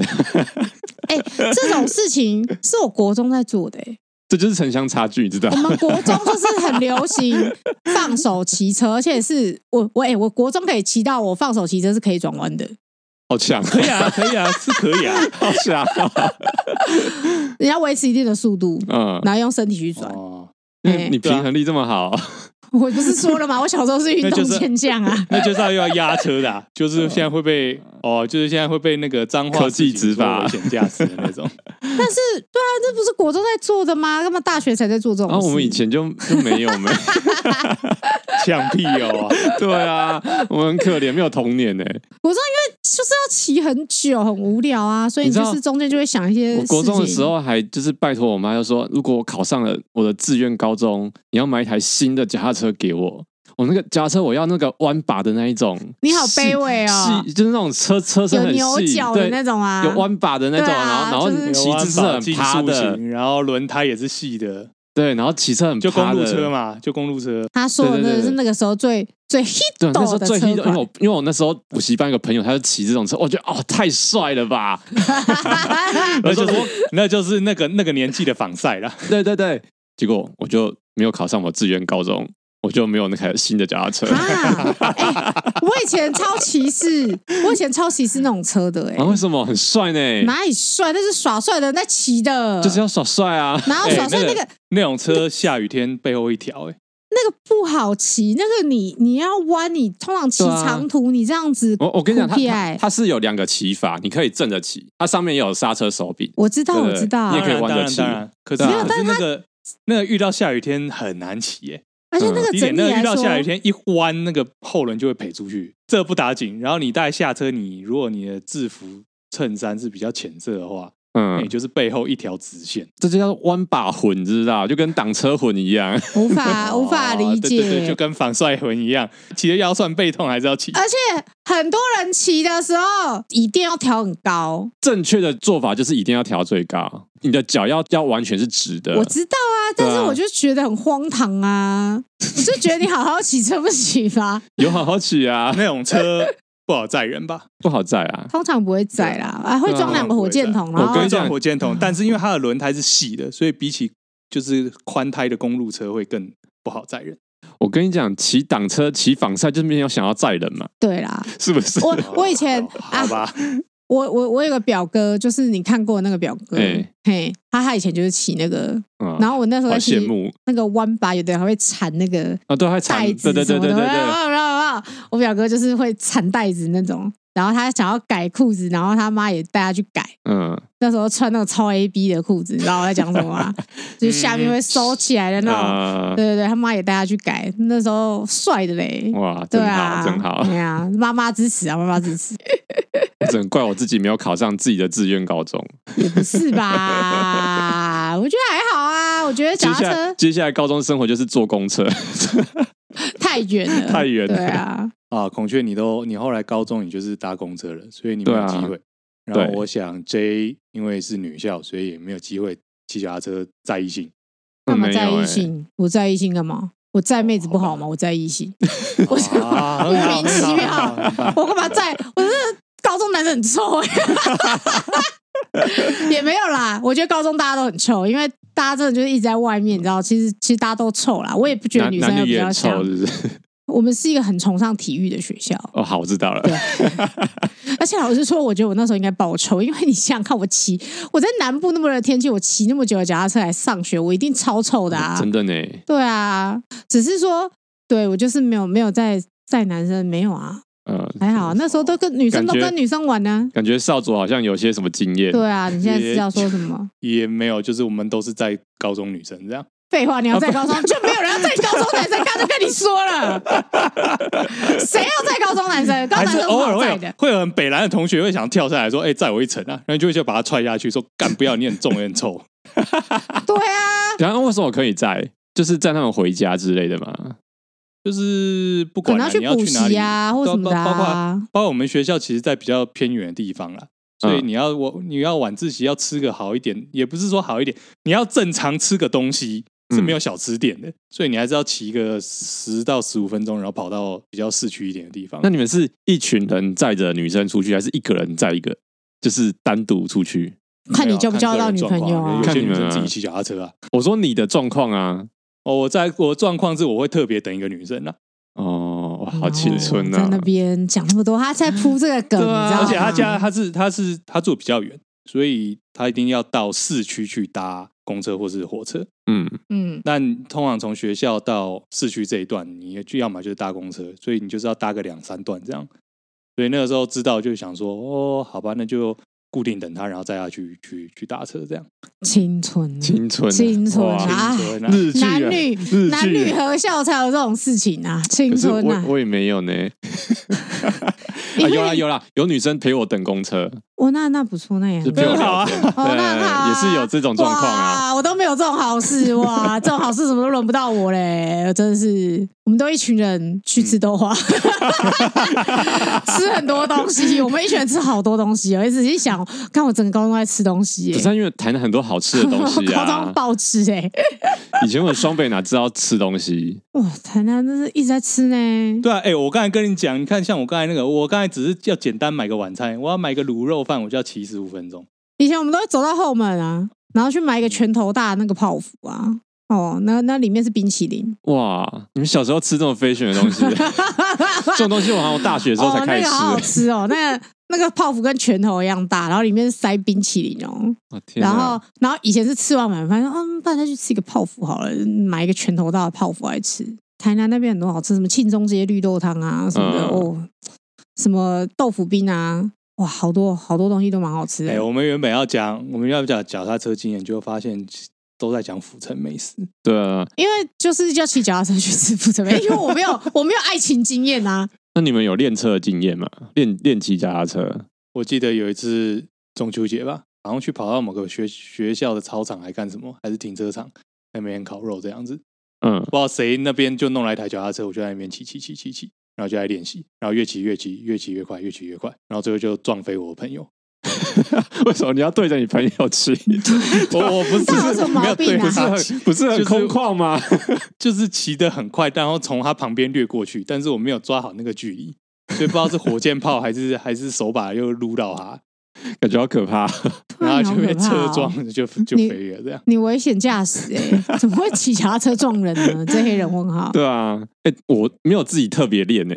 哎、这种事情是我国中在做的、欸。
这就是城乡差距，你知道
我？们国中就是很流行放手骑车，而且是我我哎、我国中可以骑到我放手骑车是可以转弯的。
好 强，
可以啊，可以啊，是可以啊，
好强，啊
人家维持一定的速度，
嗯，
然后用身体去转。
哦，
哎
你平衡力这么好，
我不是说了吗？我小时候是运
那就
动
是
健将 啊。
那就是要要压车的、啊，就是现在会被哦，就是现在会被那个脏话
科技
事情
执法
说危险驾驶的那种。
但是，对啊，这不是国中在做的吗？干嘛大学才在做这种事？
然后啊我们以前就就没有 没，
呛屁 哦、
对啊，我们很可怜，没有童年呢。
就是要骑很久，很无聊啊，所以
你知道
就是中间就会想一些
我
事情。
国中的时候还就是拜托我妈，就说如果我考上了我的志愿高中，你要买一台新的脚踏车给我。我那个脚踏车我要那个弯把的那一种，
你好卑微哦
细，细就是那种车车身
有
很
牛
细，
角的
对，
那种啊，
有弯把的那种，
对啊
然后
就
然
是
有
后骑
弯
姿势
把
很
竞
趴
速
的，
型，然后轮胎也是细的，
对，然后骑车很
就公
趴
路
的
车嘛，就公路车。
他说的
对对
那
对
个是那个时候最最
对，
hit
那时候
的
最
车
hit，的因为
款
我。因为我那时候补习班有个朋友，他就骑这种车，我觉得哦太帅了吧！
那就是那就是那个那个年纪的仿赛啦，
对对对，结果我就没有考上我志愿高中，我就没有那台新的脚踏车。
啊！哎、我以前超歧视，我以前超歧视那种车的、
啊，为
哎、
什么很帅呢？
哪里帅？那是耍帅的人在骑的，
就是要耍帅啊！
哪有耍帅、
哎
那
那
个
个那种车下雨天背后一条、哎，
那个不好骑，那个你你要弯，你通常骑
对啊
长途，你这样子，
我我跟你讲，它
酷屁
它
哎
它是有两个骑法，你可以正着骑，它上面也有刹车手柄。
我知道，
对
我知道
你也，可以
当然
弯着
当然
骑
当然可是
对啊
可是那个那个遇到下雨天很难骑、哎。
而
嗯
且那个
第一
整
点，那个
体来
遇到
说，
下雨天一弯，那个后轮就会赔出去，这不打紧。然后你带下车，你如果你的制服衬衫是比较浅色的话，那也
嗯，
就是背后一条直线。
这就叫弯把混，你知道？就跟挡车混一样。
无法啊无法理解。呃
哦对对对，就跟防晒魂一样，骑着腰酸背痛还是要骑。
而且很多人骑的时候一定要调很高，
正确的做法就是一定要调最高，你的脚要要完全是直的。
我知道啊，但是
对啊
我就觉得很荒唐啊，我就觉得你好好骑车不骑吗？
有好好骑啊，
那种车不好载人 吧？
不好载啊。
通常不会载啦，啊，会装两个火箭筒，啊嗯
不好啊载我跟
然后
你
这样
讲，火箭筒，但是因为它的轮胎是细的，所以比起就是宽胎的公路车会更不好载人。
我跟你讲，骑挡车、骑仿赛就是没有想要载人嘛，
对啦，
是不是？
我我以前啊
好，吧，
我我我有个表哥，就是你看过那个表哥
哎，
嘿，他他以前就是骑那个，
嗯
然后我那时候
好
在骑
羡慕
那个弯把，有的人还会缠那个
啊！对，还缠
带子
对对
什
对
么
对
的，
对对，
哇哇哇哇我表哥就是会缠带子那种，然后他想要改裤子，然后他妈也带他去改。
嗯，
那时候穿那种超 A B 的裤子，你知道我在讲什么 吗？就是下面会收起来的那种。
啊，
对对对，他妈也带他去改，那时候帅的嘞。
哇，
对
真
啊，
哦好真好，
对啊，妈妈支持啊，妈妈支持，
真怪我自己没有考上自己的志愿高中。
也不是吧？我觉得还好啊，我觉得脚
接
踏
下来
车
接下来高中生活就是坐公车，
太远了，
太远了
对啊，
啊，孔雀，你都你后来高中你就是搭公车了，所以你没
对
有
啊
机会。然后
对
我想 J 因为是女校，所以也没有机会骑脚踏车在异 性。
干嘛
没
在异
有欸
性？我在异性干嘛？我在妹
哦
子不好吗？我在异性，我
啊，
莫名其妙，我干嘛在？我是男生很臭哎、 也没有啦。我觉得高中大家都很臭，因为大家真的就是一直在外面，你知道，其实其实大家都臭啦。我也 不觉得
男
女生
男
有比
女也
较
很臭，
像。
是不是？
我们是一个很崇尚体育的学校，
哦，好，我知道了。
而且老实说，我觉得我那时候应该爆臭，因为你想想看，我骑我在南部那么热的天气，我骑那么久的脚踏车来上学，我一定超臭的啊！
真的呢，
对啊，只是说，对我就是没有没有在在男生没有啊，
呃，
还好那时候都跟女生都
哦感觉
跟女生玩呢、
感觉少佐好像有些什么经验。
对啊，你现在是要说什么？
也没有，就是我们都是在高中女生这样。
废话，你要在高中就没有人要在高中男生，刚才跟你说了，谁要在高中男生？高
还
中男
是
生
偶尔
好
会有
在的，
会有很北蓝的同学会想跳下来说：“哎、载我一程啊！”然后你就会就把他踹下去，说：“干不要，你很重，也很臭。
对啊，
然后为什么可以在？就是在他们回家之类的嘛。”
就是不
可
管、
能
啊、
要去
你要
补
去哪
习
里
啊，或
都
什么的、
包包括
啊。
包括我们学校其实，在比较偏远的地方啦，所以
嗯
你要我你要晚自习要吃个好一点，也不是说好一点，你要正常吃个东西是
嗯
没有小吃店的，所以你还是要骑个十到十五分钟，然后跑到比较市区一点的地方
那。你们是一群人载着女生出去，还是一个人载一个，就是单独出去？
看你
没有
交不交
个
到
人
女
状
朋友
况
啊
有？些
看你
女
们
生
啊
自己骑脚踏车啊。
我说你的状况啊，
哦，我在我的状况是我会特别等一个女生啊，
哦，哇好青春
在那
啊！
边讲那么多，他在铺这个 梗，你知道吗？
啊而且他家他是他是他住比较远，所以他一定要到市区去搭公车或是火车。
嗯，
嗯，
但通常从学校到市区这一段，你就要么就是搭公车，所以你就是要搭个两三段这样。所以那个时候知道就想说，哦，好吧，那就固定等他，然后再下去去去搭车这样。
青春，
青春啊，
青春
哇
啊！
青春啊
日剧啊，
男女
日
男
剧
女
啊。
合校才有这种事情啊，青
可是
春
我
啊！
我也没有呢，
因
啊
为
有啦有啦，有女生陪我等公车，
我哦那那不错，那也
就
很
陪我
真好
聊
啊
天，
哦那很好啊
对，也是有这种状况啊。
哇，我都没有这种好 事哇，这种好事怎么都轮不到我嘞！真的是，我们都一群人去吃豆 花，吃很多东西，我们一群人吃好多东西哦。你仔细想，看我整个高中都在吃东西
不
耶
是，啊因为台南很多好吃的东
我
西
高
啊
中，暴吃哎，
以前我的双北哪知道吃东西？
哇，台南真是一直在吃呢。
对啊，哎、我刚才跟你讲，你看像我刚才那个，我刚才只是要简单买个晚餐，我要买个卤肉饭，我就要骑十五分钟。
以前我们都会走到后门啊，然后去买一个拳头大的那个泡芙啊。哦，那那里面是冰淇淋，
哇，你们小时候吃这种飞选的 东西，这种东西我好像我大学的时候才
哦，
开
那
始
个
吃。
好好吃哦，那个那个泡芙跟拳头一样大，然后里面是塞冰淇淋哦。
哇啊天哪
然后然后以前是吃完晚饭，嗯，不然再去吃一个泡芙好了，买一个拳头大的泡芙来吃。台南那边很多好吃，什么庆中街绿豆汤啊什么的、
嗯
哦，什么豆腐冰啊，哇，好多好多东西都蛮好吃
哎、
的。
我们原本要讲，我们要讲脚踏车经验，就发现都在讲府城美食。
对啊，
因为就是要骑脚踏车去吃不怎么样，因为我没 有我没有爱情经验啊。
那你们有练车的经验吗？练练骑脚踏车？
我记得有一次中秋节吧，好像去跑到某个学学校的操场，还干什么，还是停车场那边烤肉这样子。
嗯，
不知道谁那边就弄来一台脚踏车，我就在那边骑骑骑骑骑，然后就在练习，然后越骑越骑，越骑越快，越骑越快，然后最后就撞飞我的朋友。
为什么你要对着你朋友骑？
我我不是
那有什么毛
没有对
病啊
不
不
是很
是很不是很空旷吗？
就是骑得很快，然后从他旁边掠过去，但是我没有抓好那个距离，所以不知道是火箭炮还是还是手把又撸到他，
感觉好可怕。
哇
然后就被
你好可怕
车
哦
撞，就就
你
飞了这样。
你危险驾驶哎，怎么会骑脚踏车撞人呢？这黑人问号。
对啊，哎、我没有自己特别练哎、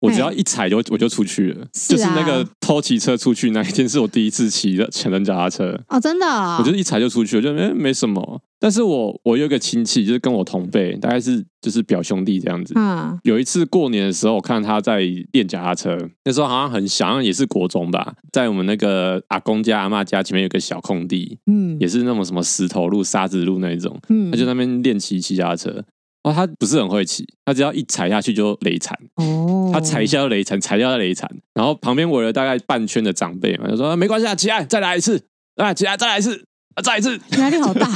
我只要一踩就我就出去了，
是啊
就是那个偷骑车出去那一天是我第一次骑的 成人脚踏车，
哦，真的哦、
我就是一踩就出去了，就没没什么。但是我我有一个亲戚，就是跟我同辈，大概是就是表兄弟这样子。
啊，
有一次过年的时候，我看他在练脚踏车，那时候好像很小，好像也是国中吧，在我们那个阿公家、阿嬷家前面有个小空地，
嗯
也是那种什么石头路、沙子路那一种，
嗯
他就在那边练骑骑脚踏车。哇，他不是很会骑，他只要一踩下去就累惨，
哦，
他踩一下就累惨，踩一下就累惨。然后旁边围了大概半圈的长辈嘛，就说、啊没关系啊，起来再来一次，啊起来再来一次，啊再来一次，
压力好 大，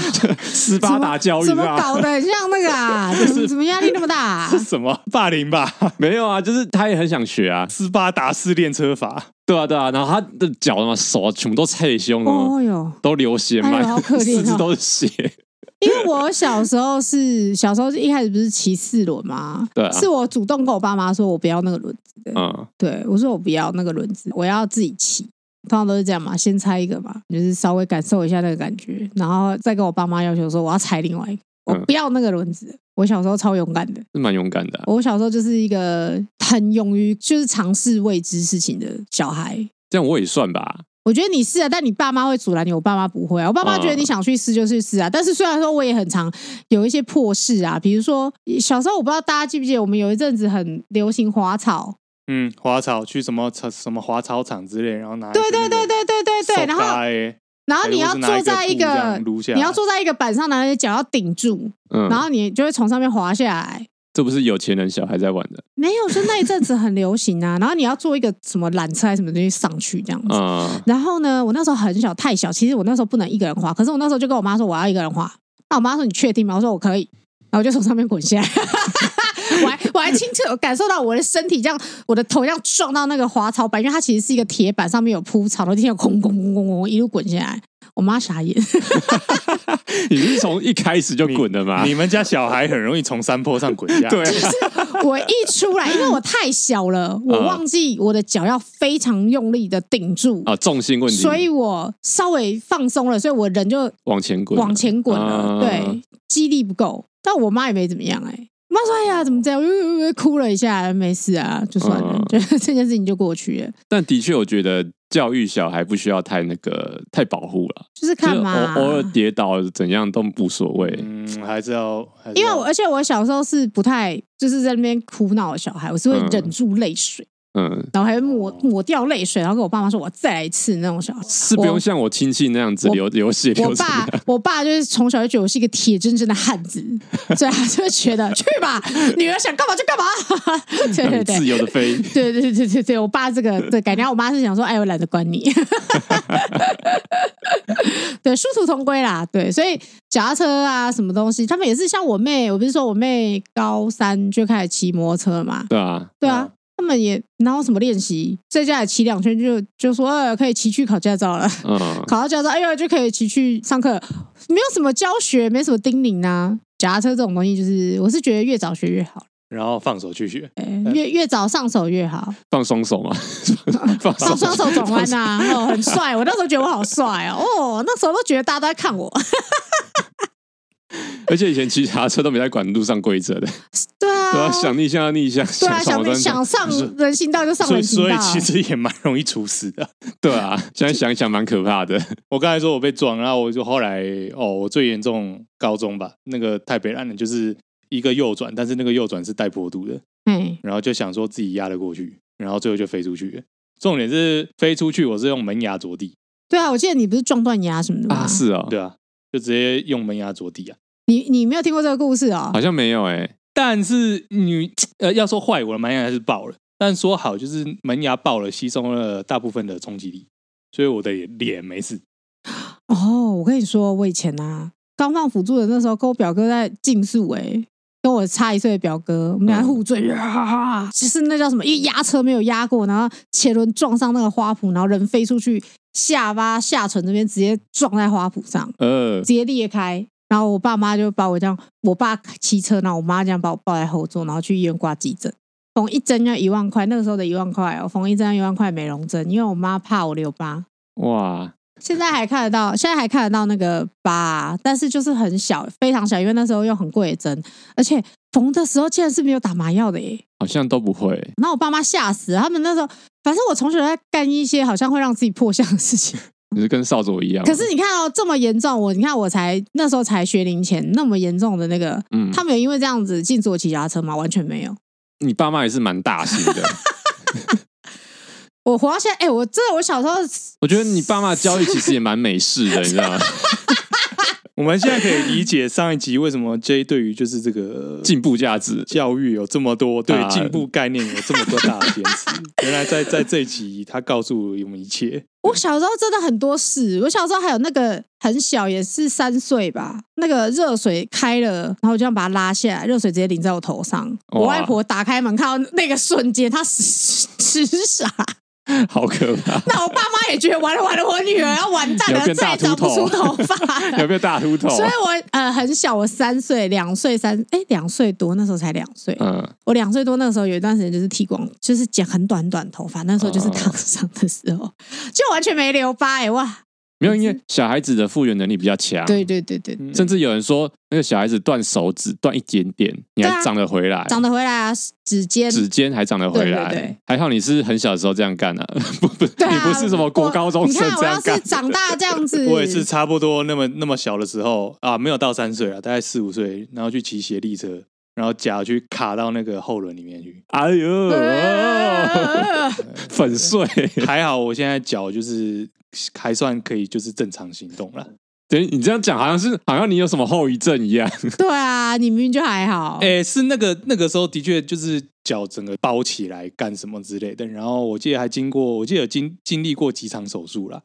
斯巴达教育
怎么
啊，
搞的？很像那个 啊，怎么怎么压力那么大、啊？
是 什么霸凌吧？
没有啊，就是他也很想学啊，
斯巴达式练车法。
对啊，对啊，然后他的脚嘛、手啊，全部都太凶了，
哦哟，
都流血嘛，
哎呦好可怜哦
四肢都是血。
因为我小时候是小时候一开始不是骑四轮吗？
对啊
是我主动跟我爸妈说我不要那个轮子的，
嗯，
对我说我不要那个轮子，我要自己骑。通常都是这样嘛，先拆一个嘛，就是稍微感受一下那个感觉，然后再跟我爸妈要求说我要拆另外一个，我
嗯
不要那个轮子。我小时候超勇敢的，
是蛮勇敢的啊、
我小时候就是一个很勇于就是尝试未知事情的小孩。
这样我也算吧，
我觉得你是啊，但你爸妈会阻拦你，我爸妈不会啊。我爸妈觉得
嗯
你想去试就去试啊。但是虽然说我也很常有一些破事啊，比如说小时候我不知道大家记不记得，我们有一阵子很流行滑草，
嗯，滑草去什么草什么滑草场之类，然后拿
对对对对对对对，然后
后
然后你要
还是或是拿
坐在
一
一
个布这
个
样撸下来
你要坐在一个板上，然后你的脚要顶住，
嗯，
然后你就会从上面滑下来。
这不是有钱人小孩在玩的，
没有，就那一阵子很流行啊。然后你要做一个什么缆车还是什么东西上去这样子。
嗯，
然后呢，我那时候很小，太小，其实我那时候不能一个人滑，可是我那时候就跟我妈说我要一个人滑。那我妈说你确定吗？我说我可以，然后我就从上面滚下来。 我还 我还清楚地感受到我的身体这样，我的头这样撞到那个滑草板，因为它其实是一个铁板，上面有铺草，然后就听到空空空空空一路滚下来，我妈傻眼。
你是从一开始就滚的吗？
你们家小孩很容易从山坡上滚下来，
对啊，
我一出来，因为我太小了，我
嗯
忘记我的脚要非常用力的顶住，
啊，重心问题，
所以我稍微放松了，所以我人就
往前滚，
往前滚了，
啊
对，肌力不够。但我妈也没怎么样、欸，哎，妈说：“哎呀，怎么这样？”我又又哭了一下，没事啊，就算了，
嗯
就这件事情就过去了，
但的确，我觉得教育小孩不需要太那个太保护了，
就是
就是
看嘛。
偶偶尔啊跌倒怎样都无所谓。
嗯，还是要，还是
因为
要
我而且我小时候是不太就是在那边哭闹的小孩，我是会
嗯
忍住泪水，
嗯，
然后还会抹抹掉泪水，然后跟我爸妈说我再来一次那种小孩。
是不
我
用像我亲戚那样子
我
流流血
我
流成
爸
那样，
我爸就是从小就觉得我是一个铁铮铮的汉子， 所以他就会觉得去吧，女儿想干嘛就干嘛。 对
让
对
你
对
自，由的 飞。
对对对对对，我爸这个对，改天我妈是想说，哎，我懒得管你。 对，殊途同归啦。对，所以脚踏车啊，什么东西，他们也是像我妹，我不是说我妹高三就开始骑摩托车了嘛？
对啊，
对啊，
嗯
他们也哪有什么练习，在家里骑两圈就就说，哎，可以骑去考驾照了。
嗯，
考到驾照，哎呦就可以骑去上课，没有什么教学，没什么叮咛啊。脚踏车这种东西，就是我是觉得越早学越好，
然后放手去学，
哎越越早上手越好。
放双手 嘛， 放
上双手转弯
放
呐，哦，很帅。我那时候觉得我好帅哦，哦，那时候都觉得大家都在看我。
而且以前骑脚踏车都没在管路上规则的，
对
对啊，
啊，
想逆向要逆向，
哦对啊，
上
想想上人行道就上
所以
人行
所
道啊
以。其实也蛮容易猝死的。
对啊，现在想一想蛮可怕的。
我刚才说我被撞，然后我就后来哦，我最严重高中吧，那个台北案的就是一个右转，但是那个右转是带坡度的，
哎，
然后就想说自己压得过去，然后最后就飞出去了。重点是飞出去，我是用门牙着地，
对啊，我记得你不是撞断牙什么的吗
啊，？是哦，
对啊，就直接用门牙着地啊。
你你没有听过这个故事哦
好？像没有哎、
但是你呃要说坏，我的门牙还是爆了，但说好就是门牙爆了，吸收了大部分的冲击力，所以我的脸脸没事。
哦，我跟你说，我以前啊，刚放辅助的那时候，跟我表哥在竞速，哎，跟我差一岁的表哥，我们俩
嗯
互追，啊，就是那叫什么，一压车没有压过，然后前轮撞上那个花圃，然后人飞出去，下巴下唇这边直接撞在花圃上。
呃，
直接裂开。然后我爸妈就把我这样，我爸骑车，然后我妈这样把我抱在后座，然后去医院挂急诊，缝一针要一万块，那个时候的一万块哦，缝一针要一万块美容针，因为我妈怕我留疤。
哇，
现在还看得到，现在还看得到那个疤，但是就是很小，非常小，因为那时候用很贵的针，而且缝的时候竟然是没有打麻药的耶。
好像都不会。
然后我爸妈吓死了，他们那时候，反正我从小在干一些好像会让自己破相的事情。
你是跟扫帚一样吗，
可是你看哦，这么严重，我你看我才那时候才学龄前那么严重的那个，
嗯
他们有因为这样子禁止我骑脚踏车吗？完全没有。
你爸妈也是蛮大型 的。
我活到现在，哎、我真的我小时候
我觉得你爸妈的教育其实也蛮美式的，你知道 吗？
我们现在可以理解上一集为什么 J 对于就是这个
进步价值，
教育有这么多对
啊
进步概念有这么多大的坚 持。原来在在这一集，他告诉我们一切。
嗯
我小时候真的很多事，我小时候还有那个很小，也是三岁吧，那个热水开了，然后我就这样把它拉下来，热水直接淋在我头上。
哇
我外婆打开门看到那个瞬间，她死痴傻，
好可 怕！
那我爸妈也觉得完了完了，我女儿要完蛋
有
了，
变
再
大
也长不出
秃头
头发了
有。没有大秃头？
所以我呃很小，我三岁、两岁、三哎两岁多，那时候才两岁。
嗯，
我两岁多那个时候有一段时间就是剃光，就是剪很短短头发，那时候就是
哦
烫伤的时候， 就完全没留疤哎、哇！
没有，因为小孩子的复原能力比较强，
对对对对，
甚至有人说，那个小孩子断手指断一点点，你
对
还
啊
长得回来，
长得回来啊，指尖
指尖还长得回来，
对对对
还好你是很小的时候这样干的、啊， 不不，
对啊
你不是什么国高中
你
生
看我
这
要
样干
是。长大这样 子，
我也是差不多那么那么小的时候啊，没有到三岁啊，大概四五岁，然后去骑斜力车，然后脚去卡到那个后轮里面去，
哎呦，
呃
粉碎！
还好我现在脚就是还算可以，就是正常行动了。
等于你这样讲，好像是好像你有什么后遗症一样。
对啊，你明明就还好，
哎、是那个那个时候的确就是脚整个包起来干什么之类的，然后我记得还经过，我记得有经经历过几场手术啦，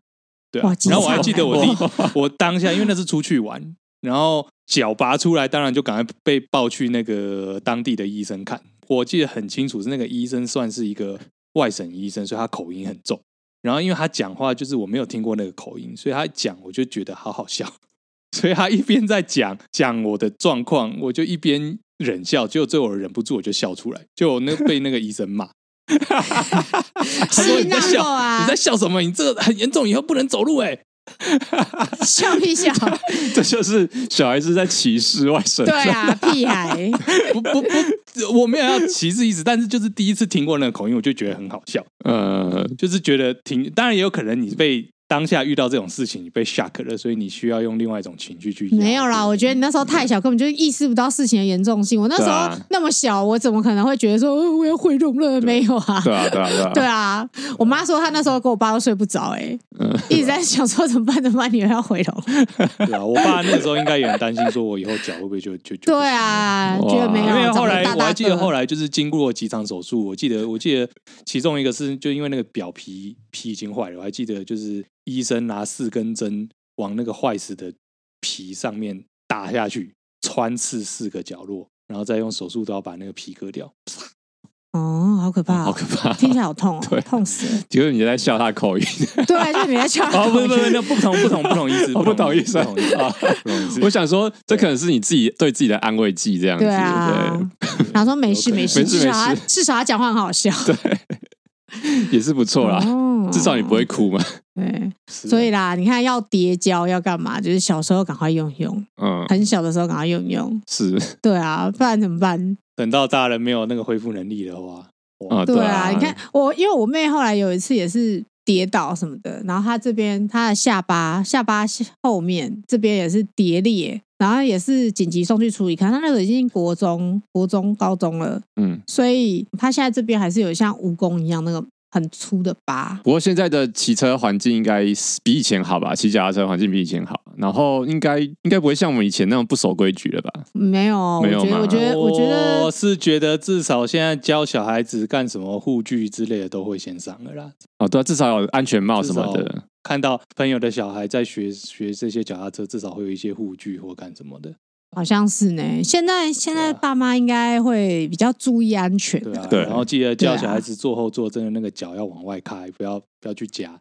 对、啊
哇，几
然后我还
场
记得我 弟
哇，
我当下因为那是出去玩，然后脚拔出来，当然就赶快被抱去那个当地的医生看。我记得很清楚，是那个医生算是一个外省医生，所以他口音很重。然后因为他讲话就是我没有听过那个口音，所以他一讲我就觉得好好笑， 所以他一边在讲讲我的状况，我就一边忍笑，结果最后我忍不住我就笑出来，就我那被那个医生骂。 他说
是
你在
那
笑，
够啊
你在笑什么？你这个很严重，以后不能走路哎、
笑屁 笑，
这就是小孩子在歧视外省
对
人。
啊，屁孩，
不不不，我没有要歧视意思，但是就是第一次听过那个口音，我就觉得很好笑，
呃，
就是觉得挺，当然也有可能你被当下遇到这种事情，你被 shock 了，所以你需要用另外一种情绪去。
没有啦，我觉得你那时候太小，根本就意识不到事情的严重性。我那时
对
候
啊
那么小，我怎么可能会觉得说哦我要毁容了？没有啊。
对啊，对啊，对啊，
对啊，我妈说她那时候跟我爸都睡不着、欸，
嗯
一直在想说怎么办，怎么办，女儿要回 笼。
对啊，我爸那个时候应该也很担心，说我以后脚会不会就就就
对。啊，
哇
觉得没有
因
啊，
为
长
后来
得大大
我还记得，
个
后来就是经过几场手术，我记得我记得其中一个是就因为那个表皮皮已经坏了，我还记得就是医生拿四根针往那个坏死的皮上面打下去，穿刺四个角落，然后再用手术刀把那个皮割掉。
哦，好可怕、
好可怕！
听起来好痛、哦
对，
痛死了。
就是你在笑他口音，
对，就你在笑。
哦，不不不，那不同不同不同意 思，
我不懂意思
不同意思，
啊
不同意 思。
我想说，这可能是你自己对自己的安慰剂，这样子。
对啊，然后说没事
有可能
没事，
没事
至少
没
他
事
至少他讲话很好笑。
对也是不错啦，
哦
至少你不会哭嘛。
对，
是啊
所以啦，你看要叠胶要干嘛？就是小时候赶快用用，
嗯，
很小的时候赶快用用。
是
对啊，不然怎么办？
等到大人没有那个恢复能力的话，
啊，
对
啊
啊，，你看我，因为我妹后来有一次也是跌倒什么的，然后她这边她的下巴下巴后面这边也是跌裂，然后也是紧急送去处理。看她那时候已经国中、国中、高中了，
嗯。
所以她现在这边还是有像蜈蚣一样那个很粗的疤。
不过现在的骑车环境应该是比以前好吧？骑脚踏车环境比以前好，然后应该应该不会像我们以前那种不守规矩了吧？
没有，我
没有
觉得，
吗
我觉
哦
得，我觉得
我是觉得至少现在教小孩子干什么护具之类的都会先上了啦。
哦，对啊、至少有安全帽什么
至
的。
看到朋友的小孩在学学这些脚踏车，至少会有一些护具或干什么的，
好像是呢。现在现在
对啊
爸妈应该会比较注意安全
对
的，
啊。
对
然后记得教
对啊
小孩子坐后座，真的那个脚要往外开，不要不要去夹。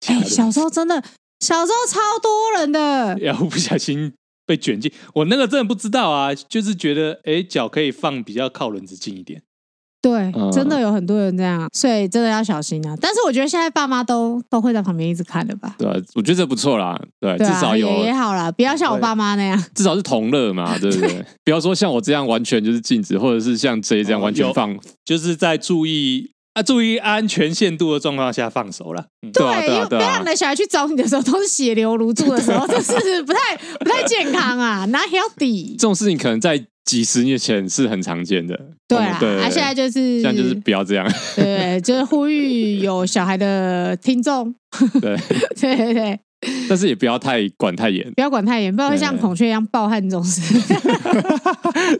夹
哎、
的
小时候真的，小时候超多 人的，
然后不小心被卷进。我那个真的不知道啊，就是觉得哎，脚可以放比较靠轮子近一点。
对，
嗯
真的有很多人这样，所以真的要小心啊。但是我觉得现在爸妈都都会在旁边一直看的吧。
对啊、我觉得这不错啦，对，
对啊，
至少有
也也好啦，不要像我爸妈那样。
至少是同乐嘛，对不 对？不要说像我这样完全就是禁止，或者是像 J 这样
哦
完全
有
放，
就是在注意啊注意安全限度的状况下放手了。嗯，
对啊，对
因
啊，
为不
对
要让
啊
你，的小孩去找你的时候都是血流如注的时候，这是不太不太健康啊，not healthy
这。种事情可能在几十年前是很常见的，
对
我
啊
们，对，
啊，现在就是
现在就是不要这样，
对，就是呼吁有小孩的听众，
对，
对对对，
但是也不要太管太 严，
不要管太严，不然会像孔雀一样抱憾终身。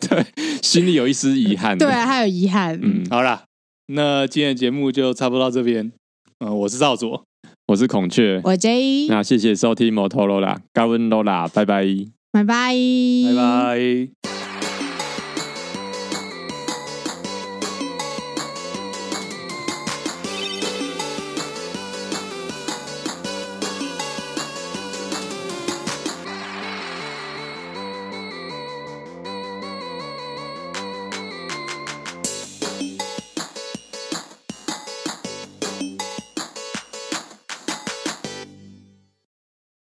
对，心里有一丝遗憾，
对啊，，还有遗憾。
嗯，
好啦，那今天的节目就差不多到这边。嗯、我是赵佐，
我是孔雀，
我 J，
那谢谢收听摩托罗拉，高温罗拉，拜拜。
拜拜，
拜拜。